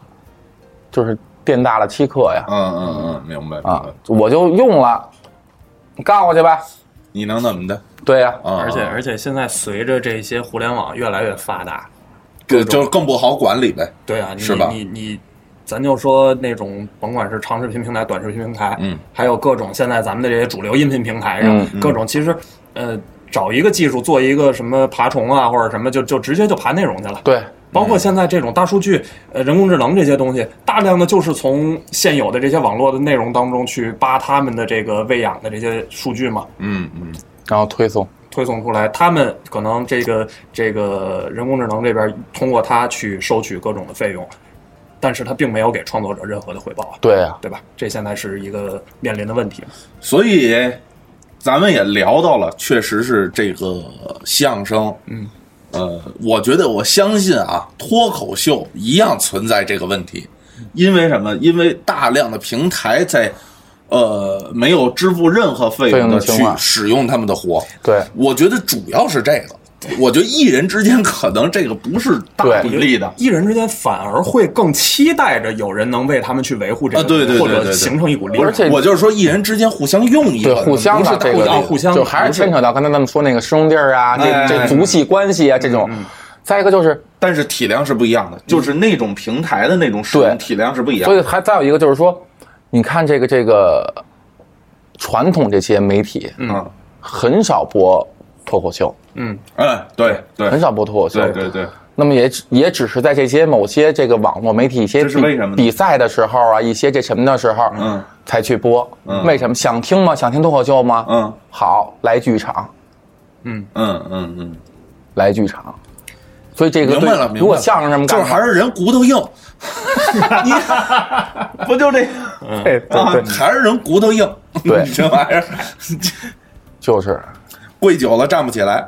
就是店大了欺客呀
嗯嗯嗯，明白明
啊
白，，
我就用了，你告我去吧。
你能怎么的？
对呀、
啊，
而且而且现在随着这些互联网越来越发达，
就就是更不好管理呗。
对啊，你
是吧
你你，咱就说那种甭管是长视频平台、短视频平台，
嗯，
还有各种现在咱们的这些主流音频平台上，
嗯
各种其实呃找一个技术做一个什么爬虫啊或者什么，就就直接就爬内容去了。
对，
包
嗯
括现在这种大数据、呃人工智能这些东西，大量的就是从现有的这些网络的内容当中去扒他们的这个喂养的这些数据嘛，
嗯嗯
然后推送，
推送出来，他们可能这个这个人工智能这边通过它去收取各种的费用，但是它并没有给创作者任何的回报啊，
对呀、
对吧？这现在是一个面临的问题嘛。，
所以咱们也聊到了，确实是这个相声，嗯，呃，我觉得我相信啊，脱口秀一样存在这个问题，因为什么？因为大量的平台在。呃，没有支付任何费用的
费用的情
去
况
使用他们的活，
对
我觉得主要是这个。我觉得艺人之间可能这个不是大
对
比例的，
艺人之间反而会更期待着有人能为他们去维护这
啊
个，
对对对
或
对对
者
对
形成一股力量。
而且
我就是说艺人之间互相用一
对
个，
互
不
相的
是哦
这
大
个
家
互相
就还是牵扯到刚才咱们说那个师兄弟儿啊，
哎
这这族系关系啊这种。
嗯
再一个就是，
但是体量是不一样的，就是那种平台的那种使用
对
体量是不一样
所
的。
以还再有一个就是说，你看这个这个传统这些媒体
嗯
很少播脱口秀，
嗯，对对
很少播脱口秀
对，对对，
那么也只也只是在这些某些这个网络媒体一些
这是
比
为什么呢
比赛的时候啊，一些这什么的时候，
嗯，
才去播。为什么想听吗？想听脱口秀吗？
嗯
好，来剧场，
嗯嗯嗯，
来剧场。所以这个
明白
对
了明白了
如果相声这么
就
干
是
的话，
还是人骨头
<laughs>
硬，你不就这
嗯对对
啊
对，？
还是人骨头硬，
对
这玩意儿
就是
跪久了站不起来，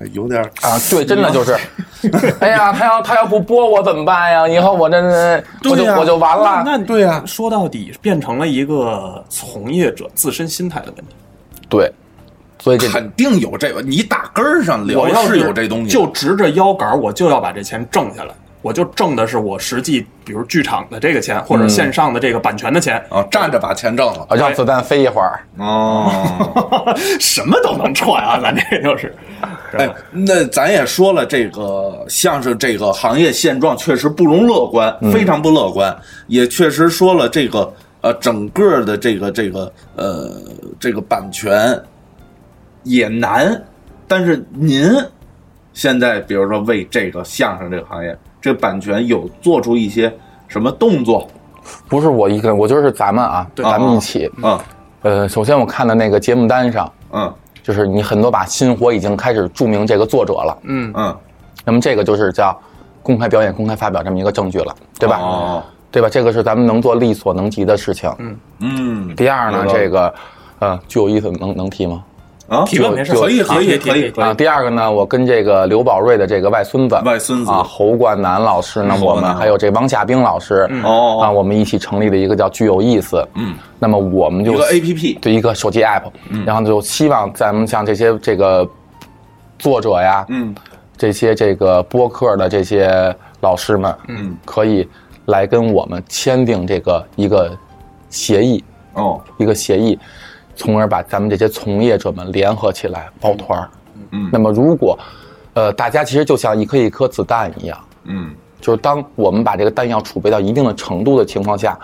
哎有点儿
啊，对，真的就是，哎呀，他要他要不播我怎么办呀？以后我这我就
对呀
我就完
那
了。
那
对呀
说到底变成了一个从业者自身心态的问题。
对，所以这
肯定有这个，你打根儿上聊
我要
有这东西，
就直着腰杆儿，我就要把这钱挣下来。我就挣的是我实际，比如剧场的这个钱，或者线上的这个版权的钱，
嗯啊，站着把钱挣了
啊让子弹飞一会儿。
哦。
什么都能串啊！咱这就是，
哎， <laughs> 那咱也说了，这个相声这个行业现状确实不容乐观，
嗯
非常不乐观，也确实说了这个呃，整个的这个这个呃这个版权也难，但是您现在比如说为这个相声这个行业这个版权有做出一些什么动作
不是我一个人，我觉得是咱们啊，咱们一起。
嗯
啊？
呃，首先我看的那个节目单上，
嗯
就是你很多把新火已经开始注明这个作者了，
嗯嗯，
那么这个就是叫公开表演、公开发表这么一个证据了，对吧？
哦，
对吧？这个是咱们能做力所能及的事情。嗯。
嗯
第二呢
有，道理
这个，呃，具有意思，能能提吗？
啊，
提问没事，
可以可以
提
可以，
啊，第二个呢，我跟这个刘宝瑞的这个外孙子，
外孙子
啊，侯冠南老师呢，
侯
我
冠南
们还有这汪夏冰老师，
哦
啊，我们一起成立了一个叫“具有意思”，嗯，那么我们就
一个 APP
对一个手机 app，然
嗯
后就希望咱们像这些这个作者呀，
嗯，
这些这个播客的这些老师们，嗯，可以来跟我们签订这个一个协议，
哦，
一个协议，从而把咱们这些从业者们联合起来抱团儿。
嗯
那么如果，呃，大家其实就像一颗一颗子弹一样，
嗯
就是当我们把这个弹药储备到一定的程度的情况下，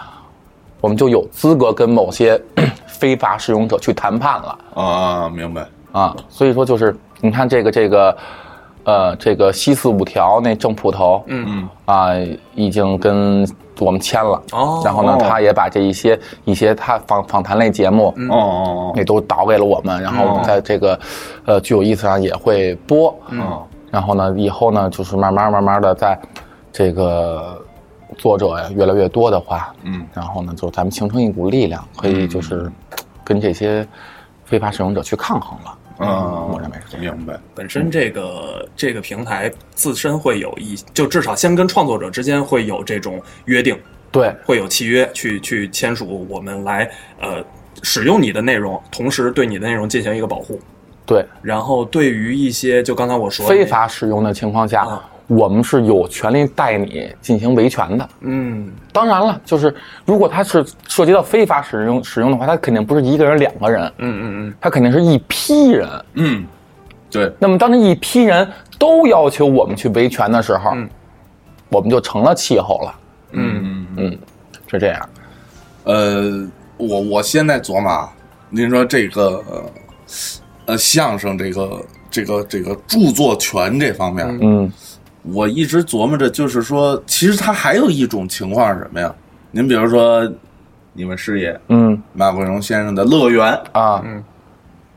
我们就有资格跟某些 <coughs> 非法使用者去谈判了
啊，明白，
啊。所以说，就是你看这个这个。呃，这个西四五条那郑捕头，嗯嗯啊、已经跟我们签了。
哦
然后呢
哦，
他也把这一些一些他访访谈类节目，嗯
哦哦哦，
也都导给了我们，然后我们在这个，呃，具有意思上也会播，
嗯
然后呢，以后呢，就是慢慢慢慢的在，这个作者呀越来越多的话，
嗯，
然后呢，就咱们形成一股力量，可以就是跟这些非法使用者去抗衡了，
嗯
我认为是这样。
明白，
本身这个这个平台自身会有一，就至少先跟创作者之间会有这种约定，
对，
会有契约去去签署，我们来呃使用你的内容，同时对你的内容进行一个保护。
对，
然后对于一些就刚才我说的那
非，法使用的情况下
啊，
嗯
我们是有权利带你进行维权的。
嗯，
当然了，就是如果它是涉及到非法使用使用的话，它肯定不是一个人、两个人，嗯嗯嗯，它肯定是一批人。
嗯，对，
那么当这一批人都要求我们去维权的时候，
嗯
我们就成了气候了。嗯嗯，是这样。
呃，我我现在琢磨，啊，您说这个呃呃相声这个这个这个著作权这方面，
嗯，
我一直琢磨着，就是说，其实它还有一种情况是什么呀？您比如说，你们师爷
嗯
马国荣先生的《乐园》，
啊，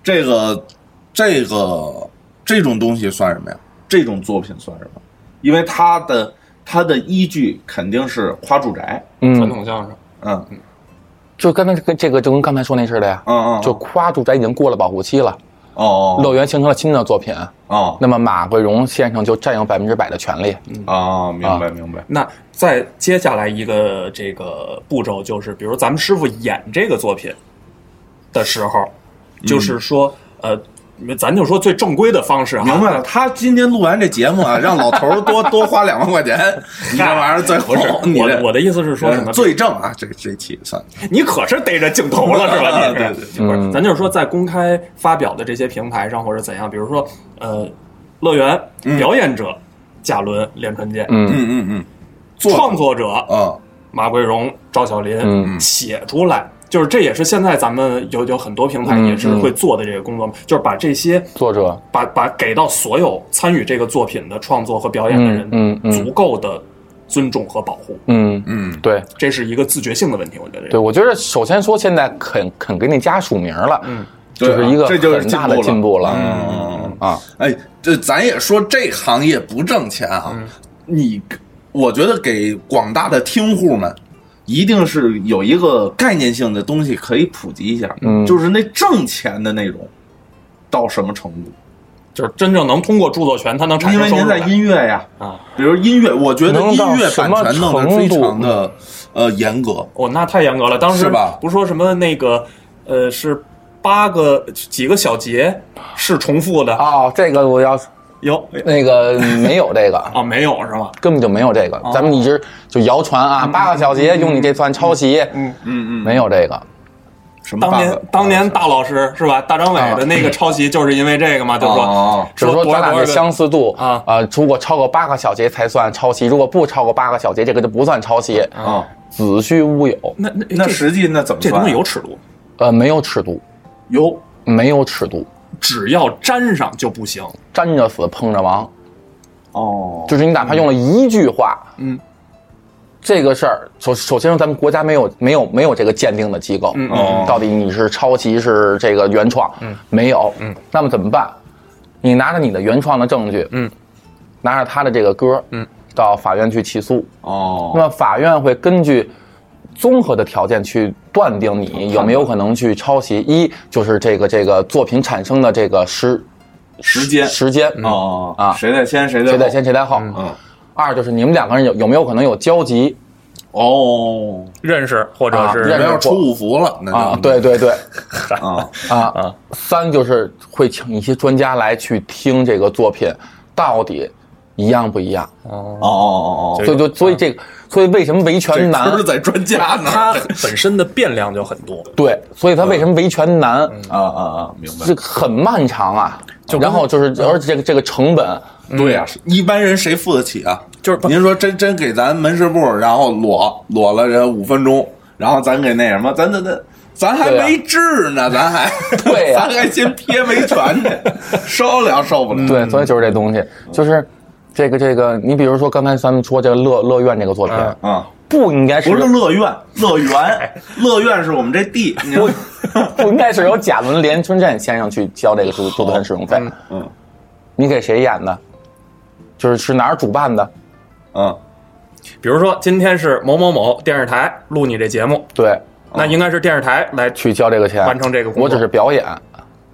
这个这个这种东西算什么呀？这种作品算什么？因为它的它的依据肯定是夸住宅，
传
嗯，
统相声，
嗯
就刚才跟这个就跟刚才说那似的呀，
嗯嗯，
就夸住宅已经过了保护期了，
哦
乐园形成了新的作品，
哦
那么马桂荣先生就占有百分之百的权利。
哦哦，明白明白，
那再接下来一个这个步骤就是，比如咱们师傅演这个作品的时候，
嗯
就是说呃。咱就说最正规的方式哈，
明白了，他今天录完这节目啊，让老头儿多多花两万块钱，你这玩意儿最
不
不
是
哦你
我
这
我的意思是说什么？
罪证啊，这这期算
你可是逮着镜头了是吧？你
啊对
是
对
不
嗯
是？咱就是说，在公开发表的这些平台上或者怎样，比如说呃，乐园表演者贾伦、连传健，
嗯
嗯嗯嗯，做
创作者
啊，
马桂荣、赵小林，
嗯
写出来。就是这也是现在咱们有有很多平台
嗯
也是会做的这个工作嘛，就是把这些
作者，
把把给到所有参与这个作品的创作和表演的人，
嗯嗯嗯
足够的尊重和保护，
嗯，
嗯
对
这是一个自觉性的问题，我觉得。
对，，我觉得首先说现在肯肯给你加署名了，嗯，就
对
是
啊
一个
这就是
很大的
进
进
步
步了，
嗯
啊，
哎，这咱也说这行业不挣钱啊，
嗯
你我觉得给广大的听户们。一定是有一个概念性的东西可以普及一下，
嗯
就是那挣钱的内容到什么程度？
就是真正能通过著作权，它能产
因
生
为
收入
您在
来
音乐呀，
啊，
比如音乐，我觉得
能
音
到
乐
什
版
么
权弄得
程
非
度
常的呃严格，
哦，那太严格了，当时
是吧
不说什么那个，呃，是八个几个小节是重复的，
啊
哦，这个我要
有
那个没有这个，
啊，没有是吧？
根本就没有这个。咱们一直就谣传啊，八个小节用你这算抄袭，嗯嗯，没有这个。
什么
当
八
年
个？
当年大老师是吧？大张伟的那个抄袭就是因为这个嘛，就
哦
说
只是说
多
咱
少
俩
多
的
少
相
个
似度
啊
呃，如果超过八个小节才算抄袭，如果不超过八个小节，这个就不算抄袭。
嗯
啊，
子虚乌有，
那那
那
这
实际那怎么
这
算
东西有尺度，
呃，没有尺度，
有
没有尺度，
只要沾上就不行。
沾着死碰着亡，
哦，
就是你哪怕用了一句话，
嗯，
这个事儿，首首先咱们国家没有没有没有这个鉴定的机构，
嗯
哦
到底你是抄袭是这个原创，嗯，没有，嗯，那么怎么办？你拿着你的原创的证据，
嗯，
拿着他的这个歌，嗯，到法院去起诉，那
哦，
么法院会根据综合的条件去断定你有没有可能去抄袭。一就是这个这个作品产生的这个时
时间
时间，
哦
啊
谁在先谁在
谁在
后
先谁在后。
嗯
二就是你们两个人有有没有可能有交集
哦，
认识或者
啊
是
认识
那要出五服了，那就
啊？对
<laughs>
对对
啊，
啊。三就是会请一些专家来去听这个作品到底一样不一样。
哦哦哦哦，
所以就所以这个所以为什么维权难
这？是在专家呢
它本身的变量就很多，
对，所以他
嗯
为什么维权难？
啊啊啊，明白
这。个很漫长啊。然后就是，
嗯
而且这个这个成本，
嗯
对呀、一般人谁付得起啊？
就是不
您说真真给咱门市部，然后裸裸了人五分钟，然后咱给那什么，咱咱咱咱还
对啊
没治呢，咱还
对啊
<laughs> 咱还先撇维权去，受了受不了？
嗯对，所以就是这东西，就是这个这个，你比如说刚才咱们说这个乐乐苑这个作品，
啊，
不应该是
不是乐苑，乐园，乐园是我们这地，你说
不应该是由贾伦连春战先生去交这个著作权使用费。
嗯
你给谁演的？就是是哪儿主办的？
嗯
比如说今天是某某某电视台录你这节目，
对，
那应该是电视台来去。
去交这个钱，
完成这个工作
我只是表演，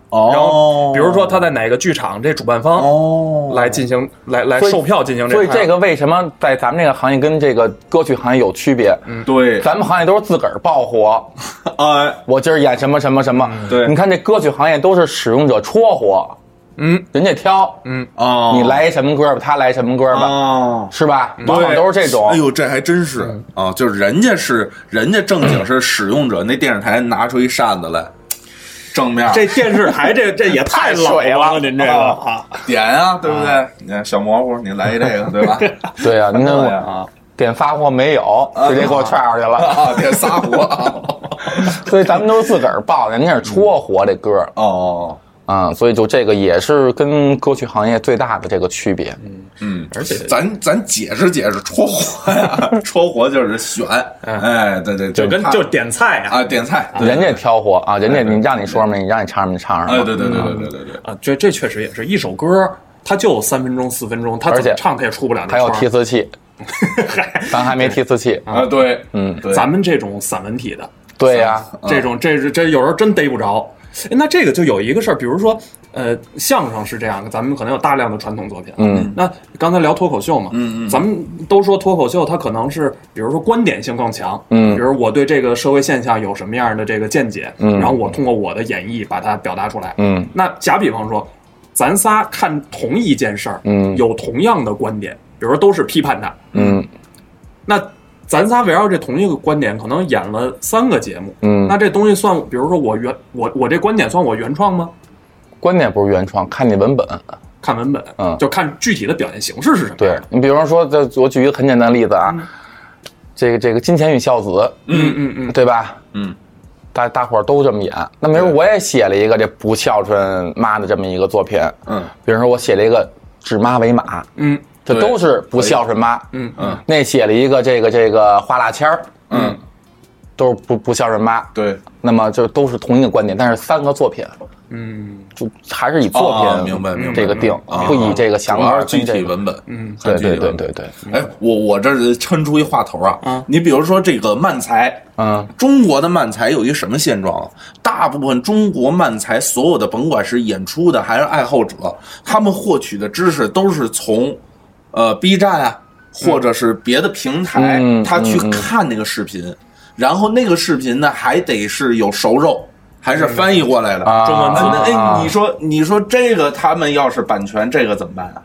哦，
然后比如说他在哪个剧场，这主办方
哦
来进行来来
所以
售票进行这
所
个
以
拍卖。
这个为什么在咱们这个行业跟这个歌曲行业有区别？
嗯
对，
咱们行业都是自个儿爆火，
哎
我今儿演什么什么什么。
对
你看这歌曲行业都是使用者戳火，
嗯，
人家挑，嗯，
哦，
你来一什么歌吧，他来什么歌吧，
哦。
是吧？往往都是这种。
哎呦，这还真是啊！就是人家是人家正经是使用者，那电视台拿出一扇子来，正面
这电视台这这也太老了，您这个啊，
点啊，对不对？你看小蘑菇，你来一这个，对吧？
<laughs> 对呀、您看
对
我
啊
点发货没有，直接给我踹出去了。
啊，别撒火啊！
<laughs> 所以咱们都是自个儿报的，人家是戳
嗯
火这歌
哦，
啊、所以就这个也是跟歌曲行业最大的这个区别。
嗯，
而且
咱咱解释解释，戳火呀，戳火就是选，
嗯
哎，对对，
就跟
怕
就点菜啊，
啊点菜，对
人家挑火啊，人家你让你说什么，你让你唱什么，你唱什
哎，
么。
对对对对对对对，
啊，这这确实也是一首歌，它就三分钟四分钟，它
而
怎
且
么唱它也出不了
还
那
有
圈
提
儿。
<laughs>
词器，咱还没提词器。
啊对，嗯，对，
咱们这种散文体的，
对呀、
这种这这有时候真逮不着。哎那这个就有一个事儿，比如说，呃，相声是这样的，咱们可能有大量的传统作品。嗯，那刚才聊脱口秀嘛，嗯嗯，咱们都说脱口秀它可能是，比如说观点性更强，嗯，比如我对这个社会现象有什么样的这个见解，嗯，然后我通过我的演绎把它表达出来，
嗯，
那假比方说，咱仨看同一件事儿，嗯，有同样的观点，比如说都是批判它，
嗯，
那咱仨围绕这同一个观点，可能演了三个节目，
嗯
那这东西算，比如说我原我我这观点算我原创吗？
观点不是原创，看你文本。
看文本，
嗯
就看具体的表现形式是什么。
对你比方说，这我举一个很简单的例子啊，
嗯
这个这个《金钱与孝子》，
嗯嗯嗯，
对吧？
嗯，
大大伙儿都这么演，那没准我也写了一个这不孝顺妈的这么一个作品。
嗯，
比如说我写了一个指妈为马，
嗯，
这
对
都是不孝顺妈。
嗯
嗯，
那写了一个这个这个花蜡签儿，
嗯，
都是不不孝顺妈。
对，
那么就都是同一个观点，但是三个作品，嗯，就还是以作品、
哦明白明白
这个定，
啊
不以这个想
主要
法
是具
跟这
体
个
文本，嗯，
对对对对对，
哎，我我这儿抻出一话头啊，你比如说这个漫才，
嗯，
中国的漫才有一什么现状啊？大部分中国漫才所有的，甭管是演出的还是爱好者，他们获取的知识都是从呃 B 站啊，或者是别的平台，
嗯
他去看那个视频，然后那个视频呢还得是有熟肉。还是翻译过来的
啊
中文字
那
啊
哎，你说你说这个他们要是版权，这个怎么办啊？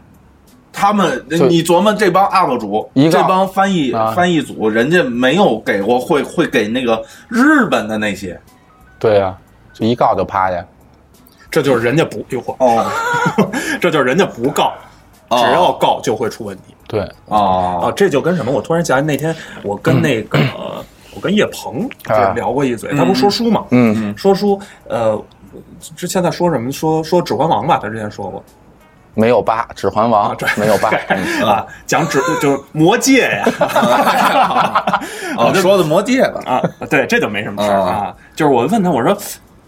他们，
就
你琢磨这帮 UP 主，
一个
这帮翻译、
啊
翻译组，人家没有给过，会会给那个日本的那些
对
啊
呀、就一告就趴下。
这就是人家不，哟嚯，
<laughs> 哦
这就是人家不告，
哦
只要告就会出问题
对，
哦
啊！这就跟什么？我突然想起那天我跟那个呃我跟叶鹏
嗯啊
就聊过一嘴，他不是说书嘛，
嗯，
说书呃之前在说什么？说说《指环王》吧，他之前说过
没有疤，《指环
啊
王》没
<laughs>
有疤。嗯
啊，讲指就是魔戒呀。
<laughs>
哦，说的魔戒了，
啊，对，这就没什么事儿
啊
啊。就是我问他，我说，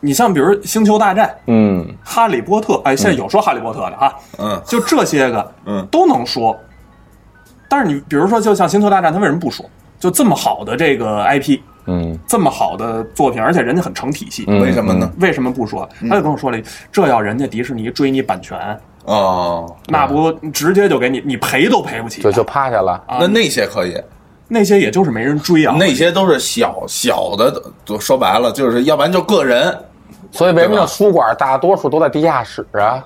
你像比如《星球大战》
嗯，
《哈利波特》，哎，现在有说《哈利波特》的哈，
嗯
就这些个，
嗯
都能说。但是你比如说，就像《星球大战》，他为什么不说？就这么好的这个 IP，
嗯
这么好的作品，而且人家很成体系，
嗯，
为什么呢？
为什么不说？他就跟我说了一，这要人家迪士尼追你版权，
哦，
那不直接就给你，你赔都赔不起
嗯就。就趴下了。
那那些可以，
那些也就是没人追啊，
那些都是小小的，都说白了就是，要不然就个人， <laughs>
所以为什么叫书馆大多数都在地下室
<laughs>
啊？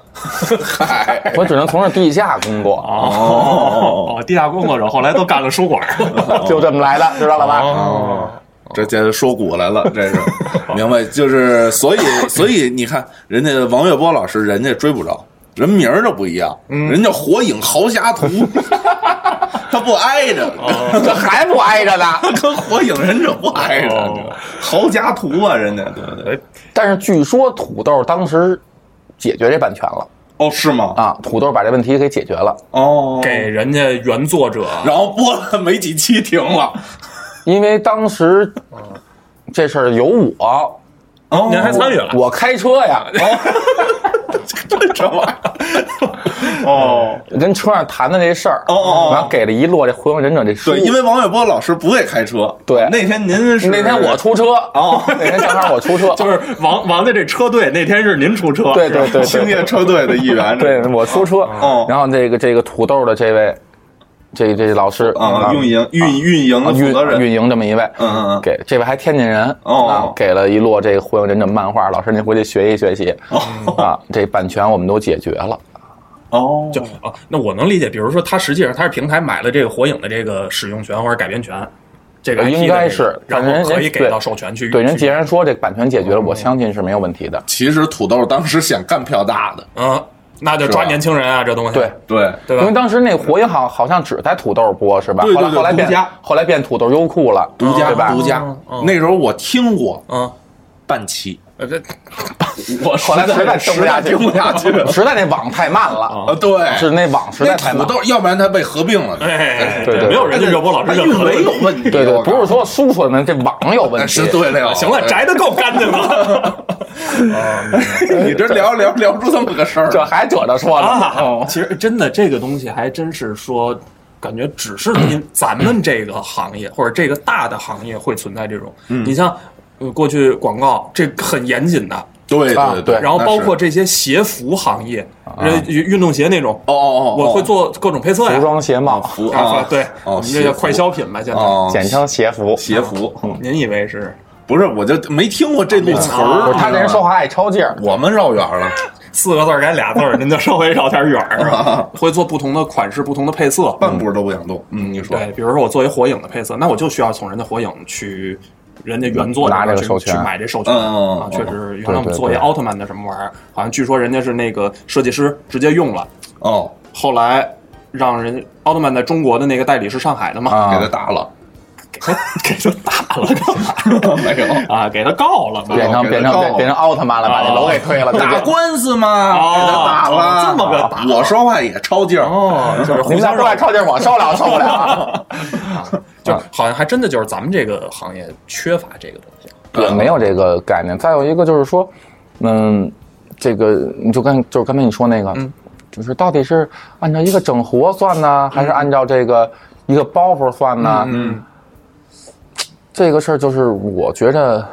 嗨，
我只能从这地下工作，
哦，
哦，地下工作者后来都干了书馆儿。
哦就这么来的，知道了吧？
哦，这这说古来了，这是明白，就是所以所以你看，人家王月波老师，人家追不着，人名儿就不一样，人家《火影豪侠图》，他不挨着，
<laughs> 这还不挨着呢。
跟《火影忍者》不挨着，
哦
豪侠图啊，人家对不对？
但是据说土豆当时解决这版权了
哦，是吗？
啊，土豆把这问题给解决了，
哦，
给人家原作者
然后播了没几期停了，
因为当时这事儿有我，
哦，
您还参与了，
我开车呀，
什么玩意儿？
跟车上谈的这事儿，
哦哦哦
然后给了一摞这《火影忍者》这书，
<laughs> 对，因为王月波老师不会开车，
对
那天您是
那天我出车，哦， <laughs> 那天正好我出车，
就是王王的这车队那天是您出车，
对对
<laughs>
对
青
对
叶车队的一员，
对，我出车，
哦
然后这个这个土豆的这位，这这老师啊
啊，运营运运营的负责
运
人，
运营这么一位，
嗯嗯嗯
给这位还天津人，
哦
啊，给了一摞这个《火影忍者》漫画，老师您回去学习学习，啊，这版权我们都解决了，
哦，
就啊，那我能理解，比如说他实际上他是平台买了这个火影的这个使用权或者改编权，这个 IP 的这个
呃应该是
然
反正人
后可以
对
给到授权去
对，人既
去
然说这版权解决了，我相信是没有问题的，
其实土豆当时想干票大的，
嗯，那就抓年轻人啊，这东西
对。
对，
对
因为
吧？
当时那火影好好像只在土豆播是吧？
对对
后
对
来后来
独
变
家
后来变土豆优酷了，
独家
哦对吧？
独家
嗯嗯，
那时候我听过
嗯，
半期，
呃
<laughs>
这
我
后来实在撑不下
<laughs>
去，
听不下去了，
实在那网太慢了，
啊，对，
是那网实在
那
太
土
慢。
豆，要不然他被合并了，
哎，
对对对
没有人对热播老师
哎
任何
没有问题，
对对
我，靠
不是说叔叔们这网有问
哎
题
是，对了，
行了，宅的够干净了
你这聊聊聊出这么个事儿
这
来，
还扯着说呢。
哦
啊！其实真的这个东西还真是说。感觉只是
<coughs>
因咱们这个行业或者这个大的行业会存在这种，
嗯
你像呃过去广告这很严谨的，
对
啊
对
对
然后包括
哎那是
这些鞋服行业，呃，运运动鞋那种，
哦哦哦，
我会做各种配色呀
服，装鞋帽，
服
啊，对，
哦
我们这
鞋
叫
服
快消品吧，现在。
哦，
简称鞋服。
鞋服，
嗯
您以为是
不是，我就没听
啊
过这路词
不
儿。
是他这人说话爱抄劲儿，
我们绕远了，
四个字儿改俩字儿，您就稍微绕点远儿是
<laughs>
吧？会做不同的款式、不同的配色。
半步都不想动。嗯，你说
对，比如说我作为火影的配色，那我就需要从人家火影去。人家原作
拿这个
去
授权
去买这授权
嗯嗯嗯
啊
嗯，
确实，原来我
对
们
对
做一
对
奥特曼的什么玩意儿，好像据说人家是那个设计师直接用了，
哦，
后来让人奥特曼在中国的那个代理是上海的嘛，
啊
给他打了，
<laughs> 给他打了干嘛？
没有
<laughs> 啊，给他告了嘛。
变成
哦给他哦
变成
告
变变成奥特曼了，把那楼给推了。
打官司嘛，给他打了，
这么个打
哦我说话也超劲儿，
哦，就是
你
互
们俩
相
说爱
绕，
抄劲儿，我受不了，受不了。
就好像还真的就是咱们这个行业缺乏这个东西。
对，没有这个概念。再有一个就是说，嗯，这个你就跟就是刚才你说那个，
嗯
就是到底是按照一个整活算呢，还是
嗯
按照这个一个包袱算呢？嗯，这个事儿就是我觉着。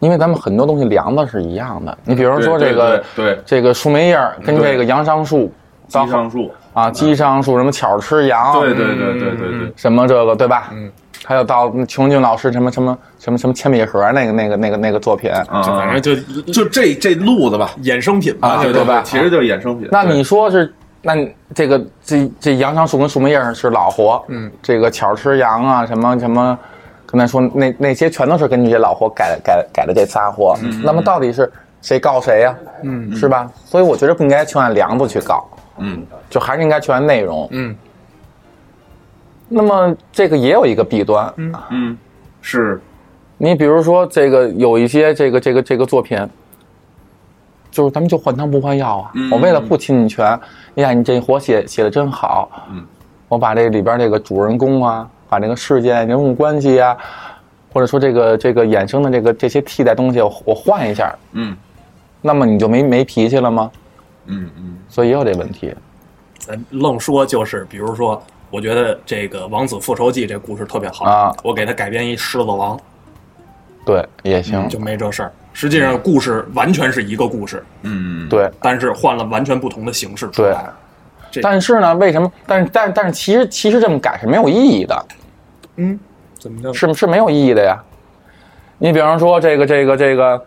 因为咱们很多东西量子是一样的，你比如说
对
这个
对对对
这个树莓叶儿跟
对
这个杨杉树，到
上树，
啊，鸡上树什么巧吃羊，
对对对对对对，
什么这个对吧？嗯，还有到琼俊老师什么什么什么什么铅笔盒那个那个那个那个作品，
啊，
就反正就
嗯
就这这路子吧，
衍生品吧，
啊
对
对吧
其实就是衍生品。
那你说是那你这个这这杨长树跟树木叶是老活，嗯，这个巧吃羊啊什么什么，刚才说那那些全都是根据这老活改改改的这仨活，那么到底是谁告谁呀、嗯，是吧？所以我觉得不应该去按梁子去告，
嗯，
就还是应该去按内容，嗯。那么这个也有一个弊端，嗯，
嗯，是
你比如说这个有一些这个这个这个作品，就是咱们就换汤不换药啊。
嗯
我为了不侵你权，哎呀，你这活写写的真好，
嗯，
我把这里边这个主人公啊，把这个事件、人物关系啊，或者说这个这个衍生的这个这些替代东西，我我换一下，
嗯，
那么你就没没脾气了吗？
嗯嗯
所以也有这问题，
咱愣说就是，比如说，我觉得这个《王子复仇记》这故事特别好
啊
我给他改编一《狮子王》，
对，也行，
就没这事儿。实际上，故事完全是一个故事，
嗯，
对。
但是换了完全不同的形式出
对
来。这
但是呢，为什么？但是但是但是，其实其实这么改是没有意义的，
怎么着？
是是没有意义的呀。你比方说这个这个这个，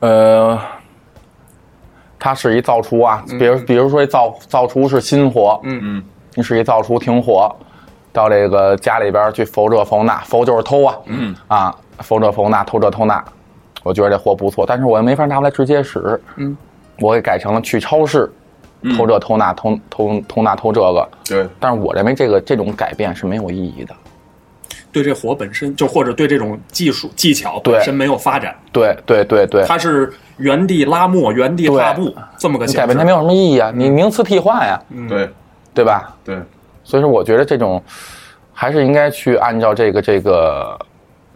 呃，他是一造厨啊，比如比如说一造造厨是新活，嗯
嗯，
你是一造厨停火，到这个家里边儿去缝这缝那，缝就是偷啊，嗯啊，缝这缝那，偷这偷那，我觉得这货不错，但是我又没法拿回来直接使，嗯，我给改成了去超市，偷这偷那偷偷偷那偷这个，
对，
但是我认为这个这种改变是没有意义的，
对这活本身，就或者对这种技术技巧
对
本身没有发展，
对对对对，
它是原地拉磨、原地踏步这么个
你
形式
改
嗯
变它。没有什么意义啊，你名词替换呀、
对
对吧？
对，
所以说，我觉得这种还是应该去按照这个这个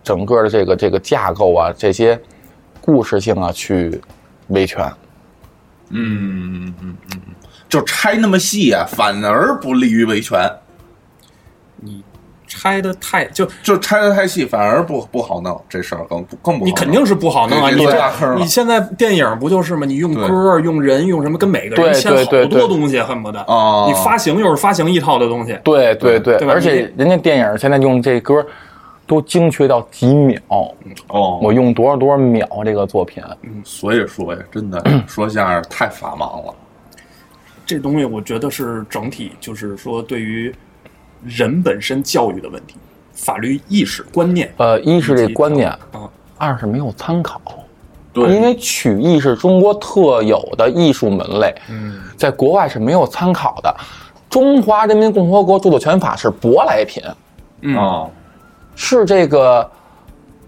整个的这个这个架构啊，这些故事性啊去维权。
嗯嗯嗯嗯，就拆那么细啊，反而不利于维权。
拆的太就
就拆的太细，反而不不好弄，这事儿更不更不好弄。
你肯定是不好弄啊！
对
你
对对
这你现在电影不就是吗？你用
对
歌、用人、用什么，跟每个人
对
签
对
好
对对
多东西，恨不得
哦
你发行又是发行一套的东西，
对对对，
对吧
而且人家电影现在用这歌都精确到几秒，
嗯
哦，
我用多少多少秒啊这个作品，
所以说呀，真的说相声太法盲了。
这东西我觉得是整体，就是说对于人本身教育的问题，法律意识观念
呃，一是这观念
啊，
二是没有参考。
对
因为曲艺是中国特有的艺术门类，嗯，在国外是没有参考的。中华人民共和国著作权法是舶来品，
啊，
是这个，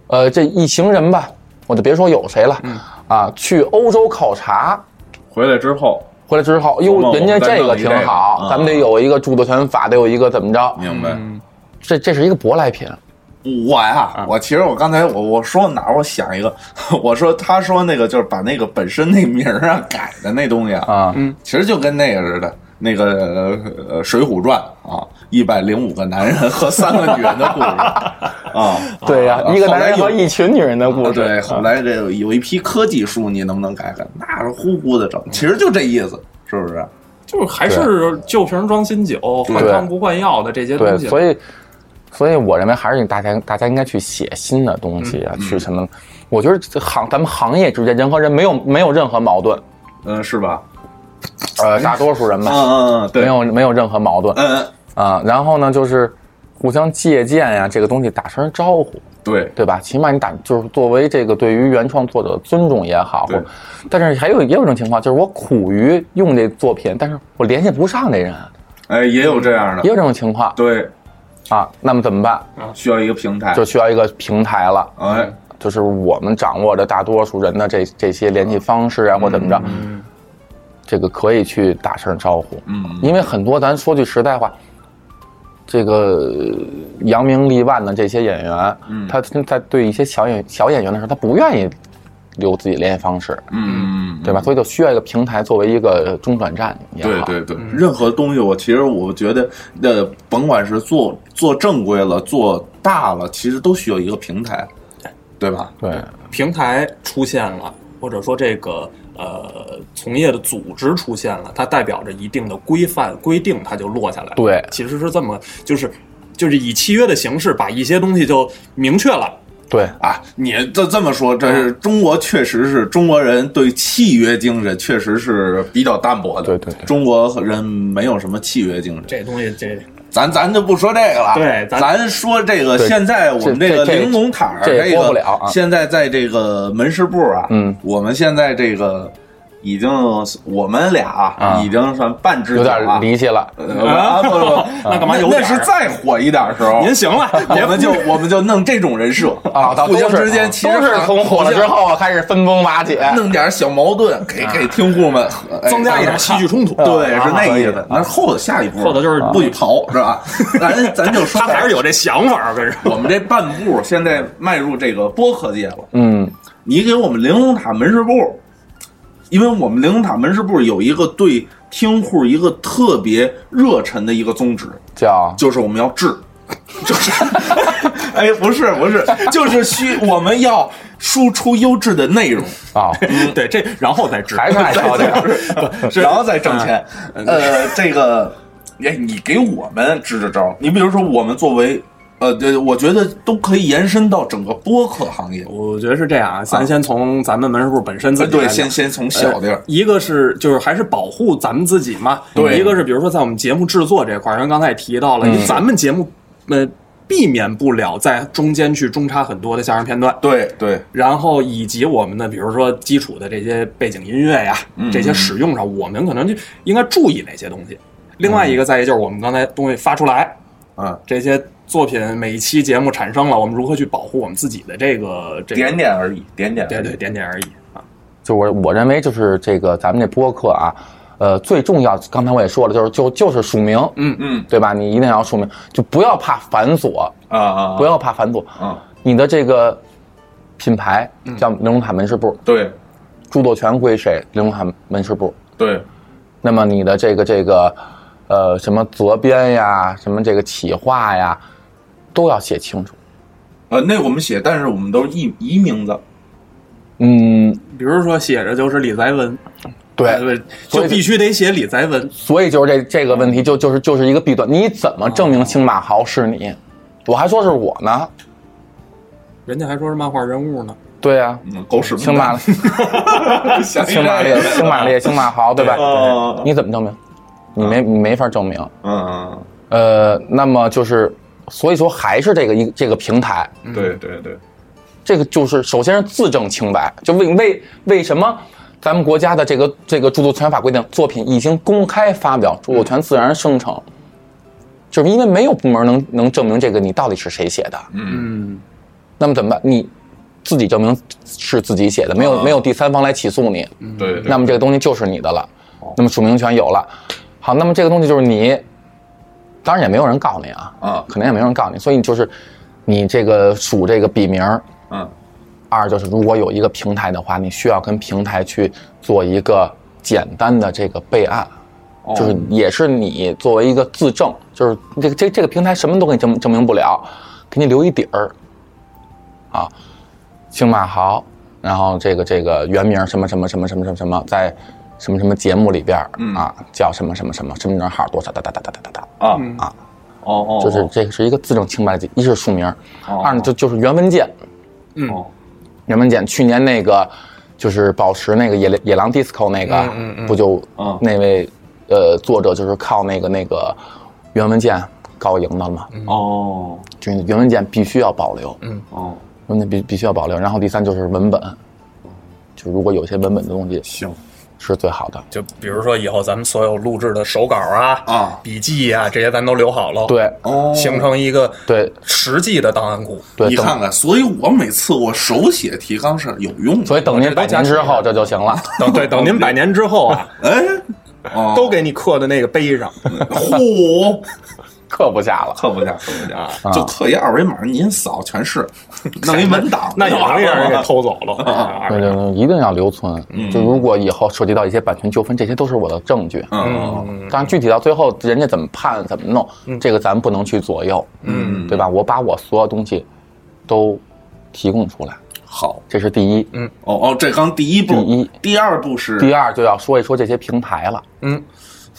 呃，这一行人吧，我就别说有谁了，
嗯
啊，去欧洲考察
回来之后
回来之后，
琢磨
哟，人家
我们再
这
弄
个
一
挺
这个
好，
啊
咱们得有一个著作权法，得有一个怎么着，
明
嗯
白。
这这是一个舶来品，
我
啊
呀，我其实我刚才我我说哪儿，我想一个， <laughs> 我说他说那个就是把那个本身那名儿啊改的那东西
啊
嗯，其实就跟那个似的，那个呃呃《水浒传》啊，一百零五个男人和三个女人的故事
<laughs>
啊，
对呀、一个男人
后来
和
有啊
一群女人的故事，
对，后来这有有一批科技书，你能不能改改？那是呼呼的整，
嗯
其实就这意思，是不是？
就是还是旧瓶装新酒，换汤不换药的这些
对，
东西。
所以，所以我认为还是大家大家应该去写新的东西啊，去什么？我觉得这行咱们行业之间人和人没有没有任何矛盾，
嗯，是吧？
呃，大多数人
嗯
吧，
嗯嗯，对，
没有没有任何矛盾
嗯，嗯，
啊。然后呢，就是互相借鉴呀、这个东西打声招呼，
对，
对吧？起码你打就是作为这个对于原创作者尊重也好，
对
或但是还有也有一种情况，就是我苦于用这作品，但是我联系不上这人，
哎，也有这样的
也，有这种情况
对，
啊。那么怎么办？
需要一个平台
就，需要一个平台了。
哎，
就是我们掌握着大多数人的这这些联系方式啊，或怎么着，这个可以去打声招呼。
嗯，
因为很多，咱说句实在话，这个呃扬名立万的这些演员，
嗯
他在对一些小演小演员的时候，他不愿意留自己联系方式，
嗯，
对吧？所以就需要一个平台作为一个中转站也
对
好。嗯
对对，任何东西，我其实我觉得，呃，甭管是做做正规了，做大了，其实都需要一个平台，对吧？
对
平台出现了，或者说这个呃从业的组织出现了，它代表着一定的规范规定，它就落下来了。
对
其实是这么，就是就是以契约的形式把一些东西就明确了。
对，
啊，你这这么说，这
嗯
是中国确实是中国人对契约精神确实是比较淡薄的。
对对对
中国人没有什么契约精神。
这东西这
咱咱就不说这个了，
对
咱
咱
说这个
对
现在我们
这
个
这这
玲珑塔儿
这也
这
播
个
不了啊
现在在这个门市部啊，
嗯，
我们现在这个已经我们俩啊
啊
已经算半只
有
脚了
点。离奇了。
呃啊不不不，那
干嘛有
那
点儿啊
是再火一点儿的时候，
您行了，
我们就我们就弄这种人设
啊，
互相之间其实
都是
还
从火了之后啊开始分崩瓦解。
弄点小矛盾，给给听户们哎
啊 <laughs> 增加一点啊戏剧冲突。
对，是那
可
意
以
思。那后头下一步，
后头就是
不许逃，是吧？咱咱就说，
他还是有这想法儿，可是。
<laughs> 我们这半步，现在迈入这个播客界了。
嗯，
你给我们玲珑塔门市部，因为我们玲珑塔门市部有一个对听户一个特别热忱的一个宗旨，
叫
就是我们要治，就是， <laughs> 哎，不是不是，就是需我们要输出优质的内容， <laughs>
啊，
<laughs> 对，这然后再治。
还是爱吵架。
然后再挣钱。呃，这个，哎，你给我们支支招儿。你比如说，我们作为，呃，对，我觉得都可以延伸到整个播客行业。
<laughs> 我觉得是这样啊，咱先从咱们门市部本身自己来
对，
讲
先先
哎
从小地儿
呃，一个是就是还是保护咱们自己嘛，
对
一个是比如说在我们节目制作这块儿，因为刚才也提到了，因为咱们节目呃避免不了在中间去中插很多的相声片段。
对对，
然后以及我们的，比如说基础的这些背景音乐呀，这些使用上，我们可能就应该注意哪些东西。另外一个，再一个就是我们刚才东西发出来，
嗯，
这些作品每一期节目产生了，我们如何去保护我们自己的这个这个
点点而已，点点而
对
已。
对点点而已啊。
就我我认为就是这个咱们这播客啊，呃，最重要，刚才我也说了，就是就就是署名，嗯
嗯，
对吧？你一定要署名，就不要怕繁琐，
啊啊，
不要怕繁琐。
啊，
你的这个品牌叫玲珑塔门市部，
对
著作权归谁？玲珑塔门市部。
对，
那么你的这个这个，呃，什么责编呀，什么这个企划呀，都要写清楚。
呃，那我们写，但是我们都是一一名字，
嗯，
比如说写着就是李在文，
对，
对，
所
就
以
必须得写李在文。
所以就是这这个问题就就是就是一个弊端，你怎么证明星马豪是你？我还说是我呢，
人家还说是漫画人物呢，
对呀、
嗯，狗屎
星马星
马星 <laughs>
马烈星马烈星马豪，对吧？
哦
你怎么证明？你没你没法证明。
嗯，
呃，那么就是，所以说还是这个一这个平台，
嗯对对对，
这个就是首先是自证清白，就为为为什么咱们国家的这个这个著作权法规定，作品已经公开发表，著作权自然生成，就是因为没有部门能能证明这个你到底是谁写的，
嗯，
那么怎么办？你自己证明是自己写的，没有、没有第三方来起诉你，
对
那
对
么这个东西就是你的了，那么署名权有了，好，那么这个东西就是你，当然也没有人告你啊，
啊，
可能也没有人告你，所以就是你这个署这个笔名儿。
嗯
二就是如果有一个平台的话，你需要跟平台去做一个简单的这个备案，就是也是你作为一个自证，就是这个这这个平台什么都给你证证明不了，给你留一底儿，啊，星马豪，然后这个这个原名什么什么什么什么什么什么，在什么什么节目里边儿啊叫什么什么什么身份证号多少哒哒哒哒哒哒哒，
啊啊，哦哦，
就是这个是一个自证清白的，一是署名，二呢就就是原文件，
嗯
哦
原文件去年那个就是宝石那个野野狼 disco 那个，不就
嗯
那位呃作者就是靠那个那个原文件告赢的了嘛，
哦
就是原文件必须要保留，嗯，
哦，
原文件必必须要保留。然后第三就是文本，就如果有些文本的东西
行，
是最好的，
就比如说以后咱们所有录制的手稿啊、
啊
笔记啊这些，咱都留好了，，
对
哦，
形成一个
对
实际的档案库。
对，
你
等
看看，所以我每次我手写提纲是有用的。
所以等您百年之后这就行了，
等哦对
哦
等您百年之后啊，
哎，哦，
都给你刻在那个碑上。
哦
嚯，
<laughs> 刻不
<laughs>
下了。
刻不下，刻不
啊
下，就刻一二维码，您扫全
<laughs>
是，弄一文档，
那也容易让人给
了。
偷走了。
对对对，一定要留存。就如果以后涉及到一些版权纠纷，这些都是我的证据。
嗯
当然，具体到最后人家怎么判、怎么弄，这个咱们不能去左右，嗯，对吧？我把我所有东西都提供出来，
好，
这是第一。
哦哦，这刚第一步，
第一
第二步是
嗯第二就要说一说这些平台了，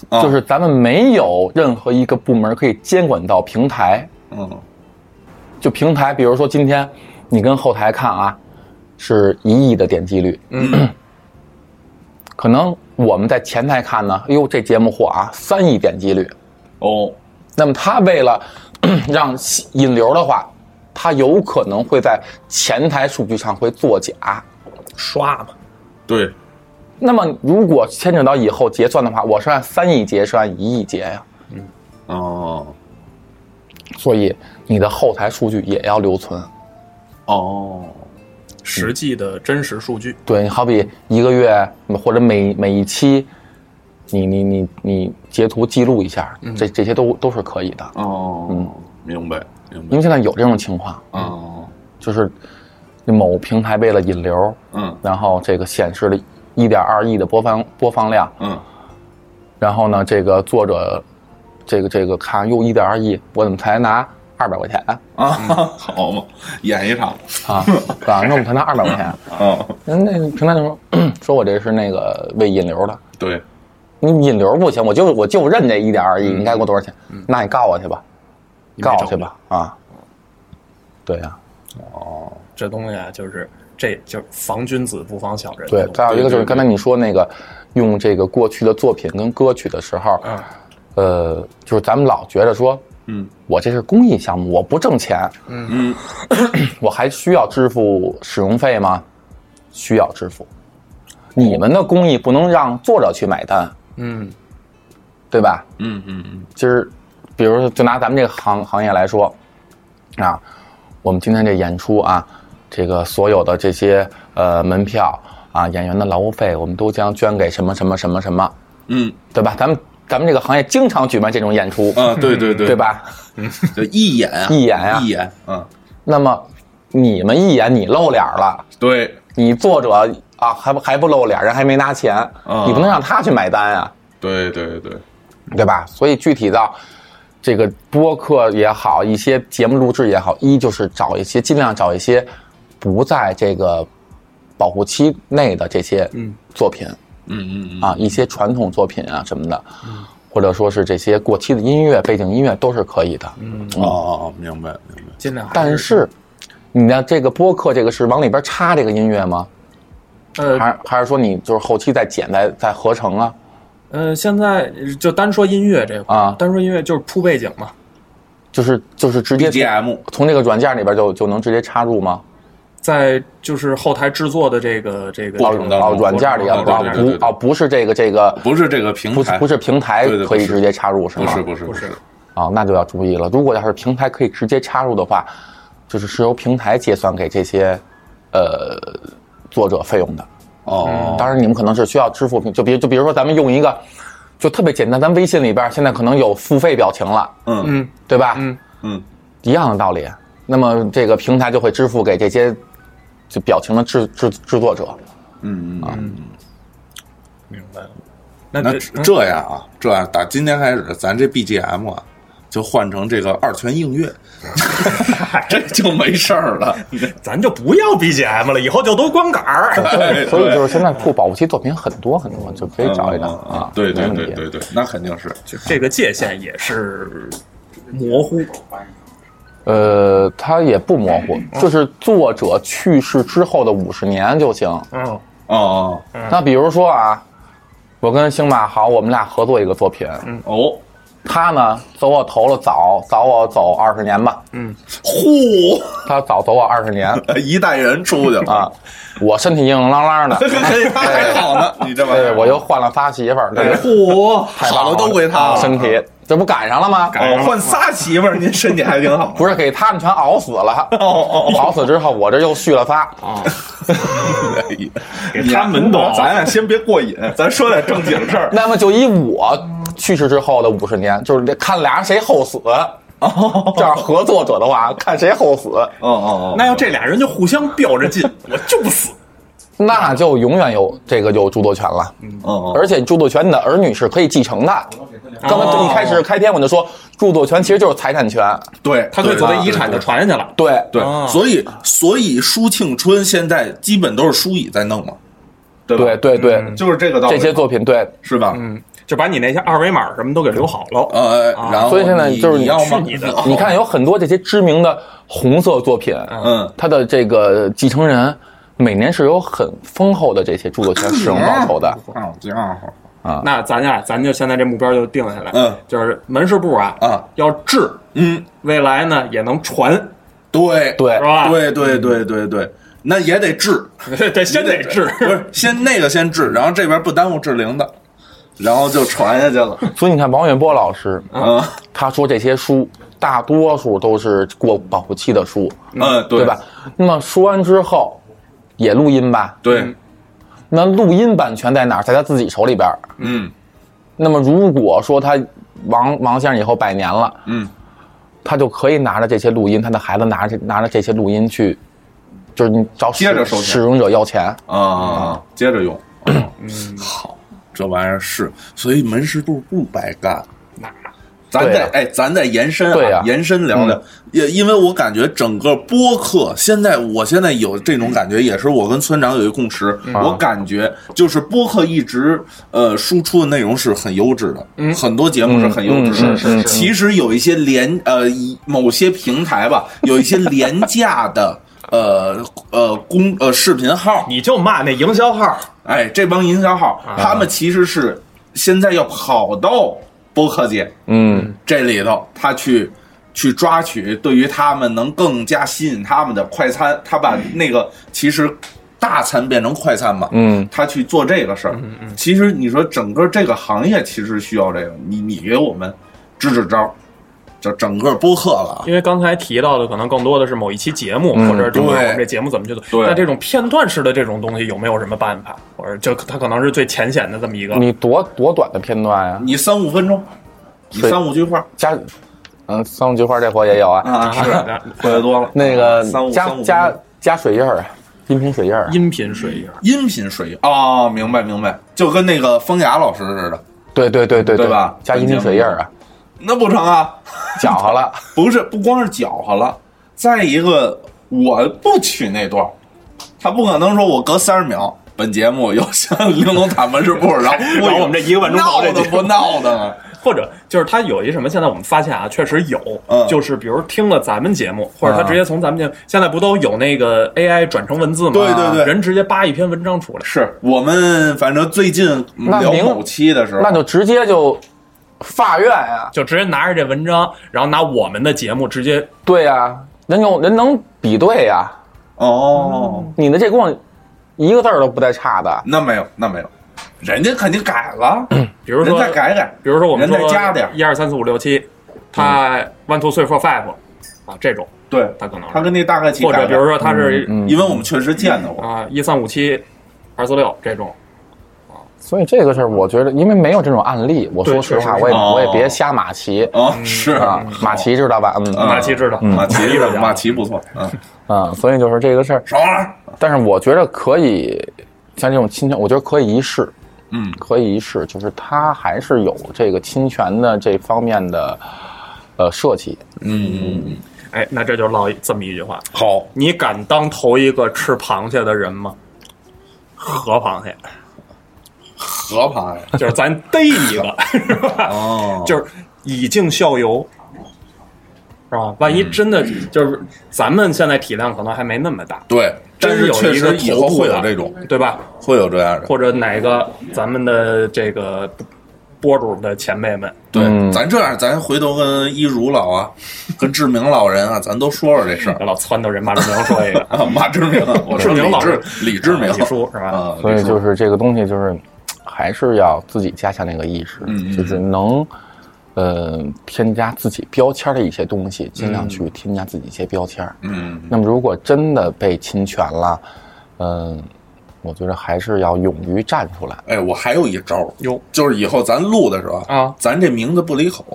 啊
就是咱们没有任何一个部门可以监管到平台，
嗯
就平台，比如说今天你跟后台看啊，是一亿的点击率，嗯，可能我们在前台看呢，哎呦这节目火啊，三亿点击率，
哦，
那么他为了 <clears throat> 让引流的话，他有可能会在前台数据上会作假，
刷嘛，
对，
那么如果牵扯到以后结算的话，我是按三亿结，是按一亿结呀、
哦
所以你的后台数据也要留存。
哦，
实际的真实数据，
对你好比一个月或者每每一期，你你你你截图记录一下，这这些都都是可以的。
哦，
嗯
明白明
因
白
为现在有这种情况，
哦，
就是某平台为了引流，
嗯
然后这个显示了一点二亿的播放播放量，
嗯
然后呢，这个作者，这个这个看又一点二亿，我怎么才拿二百块钱啊？
啊，
嗯
好嘛，演一场
啊，对吧？那我们才拿二百块钱。
啊，
那那平台就说 <clears throat> 说我这是那个为引流的，
对，
你引流不行，我就我就认这一点二亿，你该给我多少钱？那你告我去吧，告我去吧啊！对啊呀、
这东西啊，就是这就是防君子不防小人。
对。再有一个就是
对对
刚才你说那个用这个过去的作品跟歌曲的时候，呃，就是咱们老觉着说，
嗯，
我这是公益项目，我不挣钱，
嗯，
<clears throat> 我还需要支付使用费吗？需要支付。你们的公益不能让作者去买单，
嗯，
对吧？
嗯嗯嗯，
今儿，比如说，就拿咱们这个行行业来说，啊，我们今天这演出啊，这个所有的这些呃门票啊，演员的劳务费，我们都将捐给什么什么什么什么，
嗯
对吧？咱们咱们这个行业经常举办这种演出，
啊，对对对，
对？吧？
就一眼啊，
一眼啊
一眼，嗯，
那么你们一演你露脸了，
对
你作者啊还不还不露脸，人还没拿钱，
啊
你不能让他去买单啊。
对对对，
对吧？所以具体到这个播客也好，一些节目录制也好，一就是找一些尽量找一些不在这个保护期内的这些作品、
嗯嗯嗯，
啊，一些传统作品啊什么的，或者说是这些过期的音乐、背景音乐都是可以的。
哦哦哦，明白明白，
尽量还
但嗯是你的这个播客这个是往里边插这个音乐吗？
呃
还是还是说你就是后期再剪再再合成啊？
呃，现在就单说音乐这块儿
啊
单说音乐就是铺背景嘛，
就是就是直接
BGM
从这个软件里边就就能直接插入吗？
在就是后台制作的这个这个
包
这
容
个
到
哦，软件里啊，
对
啊
对对对对
不啊，不是这个这个，
不是这个平
不
台，
是不是平台
对对
可以
不是
直接插入是
不
吗？
是不是不
不是
啊，那就要注意了。如果要是平台可以直接插入的话，就是是由平台结算给这些呃作者费用的。
哦，
当然，你们可能是需要支付平，就比就比如说咱们用一个就特别简单，咱微信里边现在可能有付费表情了，
嗯
对吧？嗯，
嗯
一样的道理。那么这个平台就会支付给这些就表情的制制制作者。
嗯嗯，
明白了。那
那
这
这这样啊，这样打今天开始，咱这 BGM 啊，就换成这个二泉映月，这就没事儿了。
嗯咱就不要 BGM 了，以后就都光杆儿。
对嗯
所以就是现在库保不齐作品很多很多，就可以找一找啊。
对对
没问
对
题
对对，那肯定是
就这个界限也是模糊，
呃，它也不模糊，就是作者去世之后的五十年就行。
嗯，
哦
那比如说啊，我跟星马豪，我们俩合作一个作品，
哦，
他呢走我头了早，早我走二十年吧，
呼，
他早走我二十
<laughs>
年
一代人出去了
啊，，我身体硬硬朗
<laughs>
朗的，
嘿还好呢，你这玩意
对
儿，
我又换了仨媳妇儿，对
嚯，
太棒
好的都归他哎了，
身体这不赶上了吗？
哦，换仨媳妇儿，您身体还挺
<laughs>
好。
不是给他们全熬死
<laughs>
了，
哦
熬死之后我这又续了仨，
给他们懂，咱俩先别过瘾，咱说点正经
<laughs>
事儿。
那么就以我去世之后的五十年，就是这看俩人谁后 <laughs> 死。这样合作者的话，看谁后死，
哦哦哦，
那要这俩人就互相吊着劲，我就不死。
那就永远有这个有著作权了。
哦哦
而且著作权你的儿女是可以继承的。刚才一开始开篇我就说，著作权其实就是财产权。
对，
他可以
对
作为
对
遗产就
对
传下哦去了。
对，
对，所以所以舒庆春现在基本都是舒乙在弄嘛，对吧？
对对对，
就是这个道理，
这些作品对
是吧？
就把你那些二维码什么都给留好了。
呃，然后
所以现在
你
就是
你要吗？
你的
你看有很多这些知名的红色作品，
<laughs> 嗯，
它的这个继承人每年是有很丰厚的这些著作权使用报酬的。
好家伙，
那咱俩咱就现在这目标就定下来，
嗯，
就是门市部啊
啊
要治，
嗯，
未来呢也能传，
对
对
是，吧？
对对对对对，那也得 <laughs> 治，
对，得先得治。
不是先那个先治，然后这边不耽误治灵的，然后就传下去
<laughs>
了。
所以你看王远波老师，
嗯
他说这些书大多数都是过保护期的书，
嗯，
对吧？？那么说完之后也录音吧，
对，
那录音版权在哪儿？在他自己手里边儿。
嗯
那么如果说他王王先生以后百年了，
嗯，
他就可以拿着这些录音，他的孩子拿着拿着这些录音去，就是你找使
接着收钱
使用者要钱。
啊，接着用。嗯，好，这玩意儿是，所以门市部不白干。咱
对
再
呀
哎，咱再延伸
对啊嗯呀
延伸聊聊，也因为我感觉整个播客现在，我现在有这种感觉，也是我跟村长有一个共识，
嗯
我感觉就是播客一直呃输出的内容是很优质的，很多节目是很优质的，
嗯嗯嗯是是是
其实有一些廉呃一某些平台吧，有一些廉价的呃呃公呃视频号，
你就骂那营销号，
哎，这帮营销号，
啊
他们其实是现在要跑到播客
<laughs>
界
嗯，
这里头，他去去抓取对于他们能更加吸引他们的快餐，他把那个其实大餐变成快餐嘛，
嗯，
他去做这个事儿。其实你说整个这个行业其实需要这个，你你给我们支支招儿，就整个播客了啊，
因为刚才提到的可能更多的是某一期节目，或者就是我们这节目怎么去做。
嗯对
那这种片段式的这种东西有没有什么办法？或者就它可能是最浅显的这么一个。
嗯
嗯
你多多短的片段呀、
你三五分钟，你
对
三五句话
加，嗯，三五菊花这活也有啊。
啊，
<laughs>
是的
喝得多了，啊
那个
三五
加
三五分
加
钟
加水印儿啊，音频水印儿啊。
音频水印，
音频水印哦，明白明白，就跟那个风雅老师似的，
对对对对
对吧
加音频水印儿啊，
那不成啊！
搅和了。
不是，不光是搅和了，再一个我不取那段儿，他不可能说我隔三十秒，本节目有像玲珑塔门市部，然后
<laughs> 然后我们这一个半钟头
闹
这
的
节目
不闹的呢？
<laughs> 或者就是他有一什么？现在我们发现啊，确实有，
嗯
就是比如听了咱们节目，或者他直接从咱们节目，现在不都有那个 AI 转成文字吗？
对对对
人直接扒一篇文章出来。
是我们反正最近
那
聊
明
某期的时候，
那就直接就法院啊，
就直接拿着这文章，然后拿我们的节目直接
对呀、人有人能比对呀、
哦，
你的这光一个字儿都不带差的，
那没有，那没有，人家肯定改了，
比如
人
说
再改改，
比如说我们说
人再加点儿
一二三四五六七，他 one two three four five 啊这种，
对
他可能
他跟那大概齐
或
改
者
了，
比如说他是
嗯
因为我们确实见到过，
啊一三五七二四六这种，
所以这个事儿，我觉得因为没有这种案例，我说
对
实
确实
话，
是
我也
哦
我也别瞎马奇
哦，是
啊，马奇知道吧？嗯
马奇知道，
马奇
知
是
道
马奇不错，嗯，
啊，所以就是这个事儿，
少玩
啊
儿，
但是我觉得可以，像这种侵权，我觉得可以一试，
嗯，
可以一试，就是他还是有这个侵权的这方面的呃设计，
嗯，
哎，那这就唠一这么一句话，
好，
你敢当头一个吃螃蟹的人吗？河螃蟹，
河螃 <laughs> 蟹
就是咱逮一
<laughs>
个，是吧？
哦
<laughs> 就是以儆效尤，是吧？万一
嗯
真的就是咱们现在体量可能还没那么大，
对，但是
真有
确
一个
实以后
头部
会有
的
这种，
对吧？
会有这样的。
或者哪个咱们的这个播主的前辈们，
对，
嗯
咱这样，咱回头跟一如老啊，跟志明老人啊，咱都说说这事儿
老撺掇人马志明说一个，
啊。马志明，我说
志明
李
老
志
师
李志明
啊李叔是吧
啊，
所以
李叔
就是哦这个东西就是还是要自己加强那个意识，就是能。呃，添加自己标签的一些东西，尽量去添加自己一些标签。嗯，
嗯，
那么如果真的被侵权了，嗯，我觉得还是要勇于站出 <laughs> 来。
哎，我还有一招，
哟，
就是以后咱录的时候
啊，
咱这名字不离口。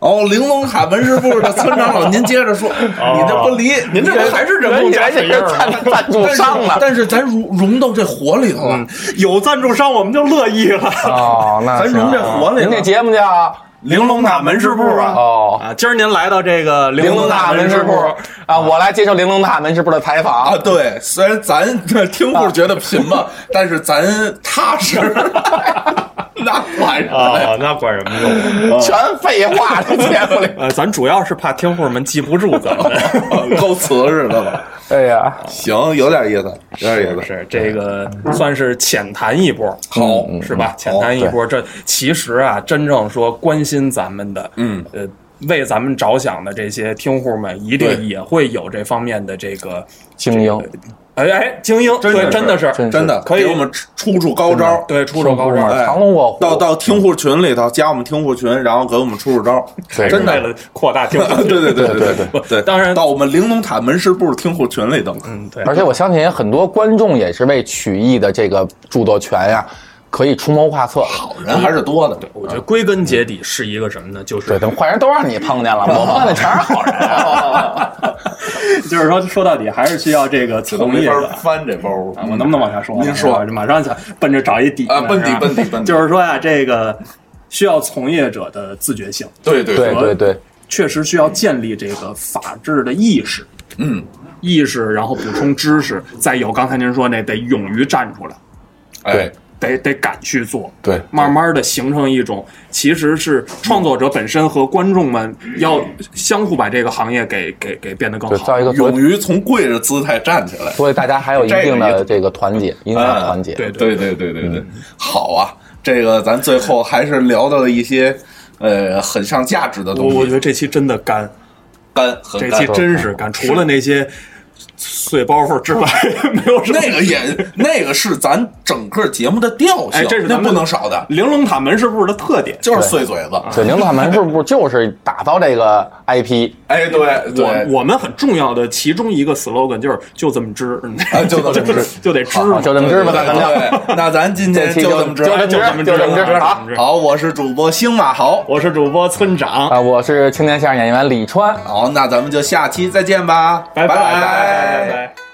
哦，玲珑塔门市部的村长老，您接着说，
哦
你这不离，您这
还是人工加水印儿啊？
赞助商了
但是咱融融到这活里头
嗯
了，
有赞助商我们就乐意了。
哦，那
咱
行
融这活里
您这
了。
节目叫
玲珑塔门市部啊，
哦。
啊，今儿您来到这个玲
玲珑塔门市部啊，我来接受玲珑塔门市部的采
啊，
访。
对，虽 <laughs> 然咱这听户觉得贫吧，但是咱踏实。 <laughs> 那管什么呀？
哦
啊，那管什么用？
啊
全废话，这节目里。
呃，咱主要是怕听户们记不住咱们。
够瓷实的了。
哎呀，
行，有点意思，有点意思。
是这个算是浅谈一波，嗯
好嗯
是吧？浅谈一波，这其实啊，真正说关心咱们的，
嗯，
呃，为咱们着想的这些听户们，一
对
定也会有这方面的这个，
精英，
哎哎，精英，
真
对，
是
真的是，
真是
真的
可以
给我们出出高招。
嗯
对，出手高招，
哎
藏龙卧虎，
到到听户群里头加我们听户群，然后给我们出出招，
对
哎真
为
的。
了扩大听
<laughs>
众。
对 <laughs> 对对对对对，
当然
到我们玲珑塔门市部听户群里头，
嗯，对，
而且我相信很多观众也是为曲艺的这个著作权呀、可以出谋划策。
人还是多的。
我觉得归根结底是一个什么呢？就是 <laughs>
对，等坏人都让你碰见了，我碰的全是好人、啊。
就是说说到底还是需要这个
都
从
没
业
法
者。
翻这包。
啊我能不能往下说？
您说
啊，马上想奔着找一底
啊奔底
是吧
奔底奔底
就是说呀、这个需要从业者的自觉性，
对对
对对对，
确实需要建立这个法治的意识，
嗯，
意识，然后补充知识，再有刚才您说那得勇于站出来，
哎，
得得敢去做，
对
慢慢的形成一种，其实是创作者本身和观众们要相互把这个行业给给给变得更
对，
<laughs>
好
造一。个所
勇
以
于从跪着姿态站起来。
所以大家还有一定的这个团结，一定要团结。
对
对对对对对，
嗯
好啊！这个咱最后还是聊到了一些呃很上价值的
我
东
我觉
西，
得这期真的干，
干很
这
干
期。真是干，除了那些碎包袱之外， <laughs> 没有什么。
那
<laughs>
个也，那个是咱整个节目的调性，
哎这是咱
那
们
不能少的，
玲珑塔门市部的特点，
就是碎嘴子。
对，领导们是不是就是打造这个 IP？
哎，对对，
我我们很重要的其中一个 slogan 就是就这么支，嗯
啊就这么支
<laughs> 就得支
好，就这么
对
知吧，大
对
家。
对，那咱今天
这期
就这么
就这么
<laughs>
着。
知，就
啊
这么知，好。
好，我是主播星马豪，
我是主播村长，
啊，我是青年相声演员李川。
好，那咱们就下期再见吧，
拜
拜
拜拜拜。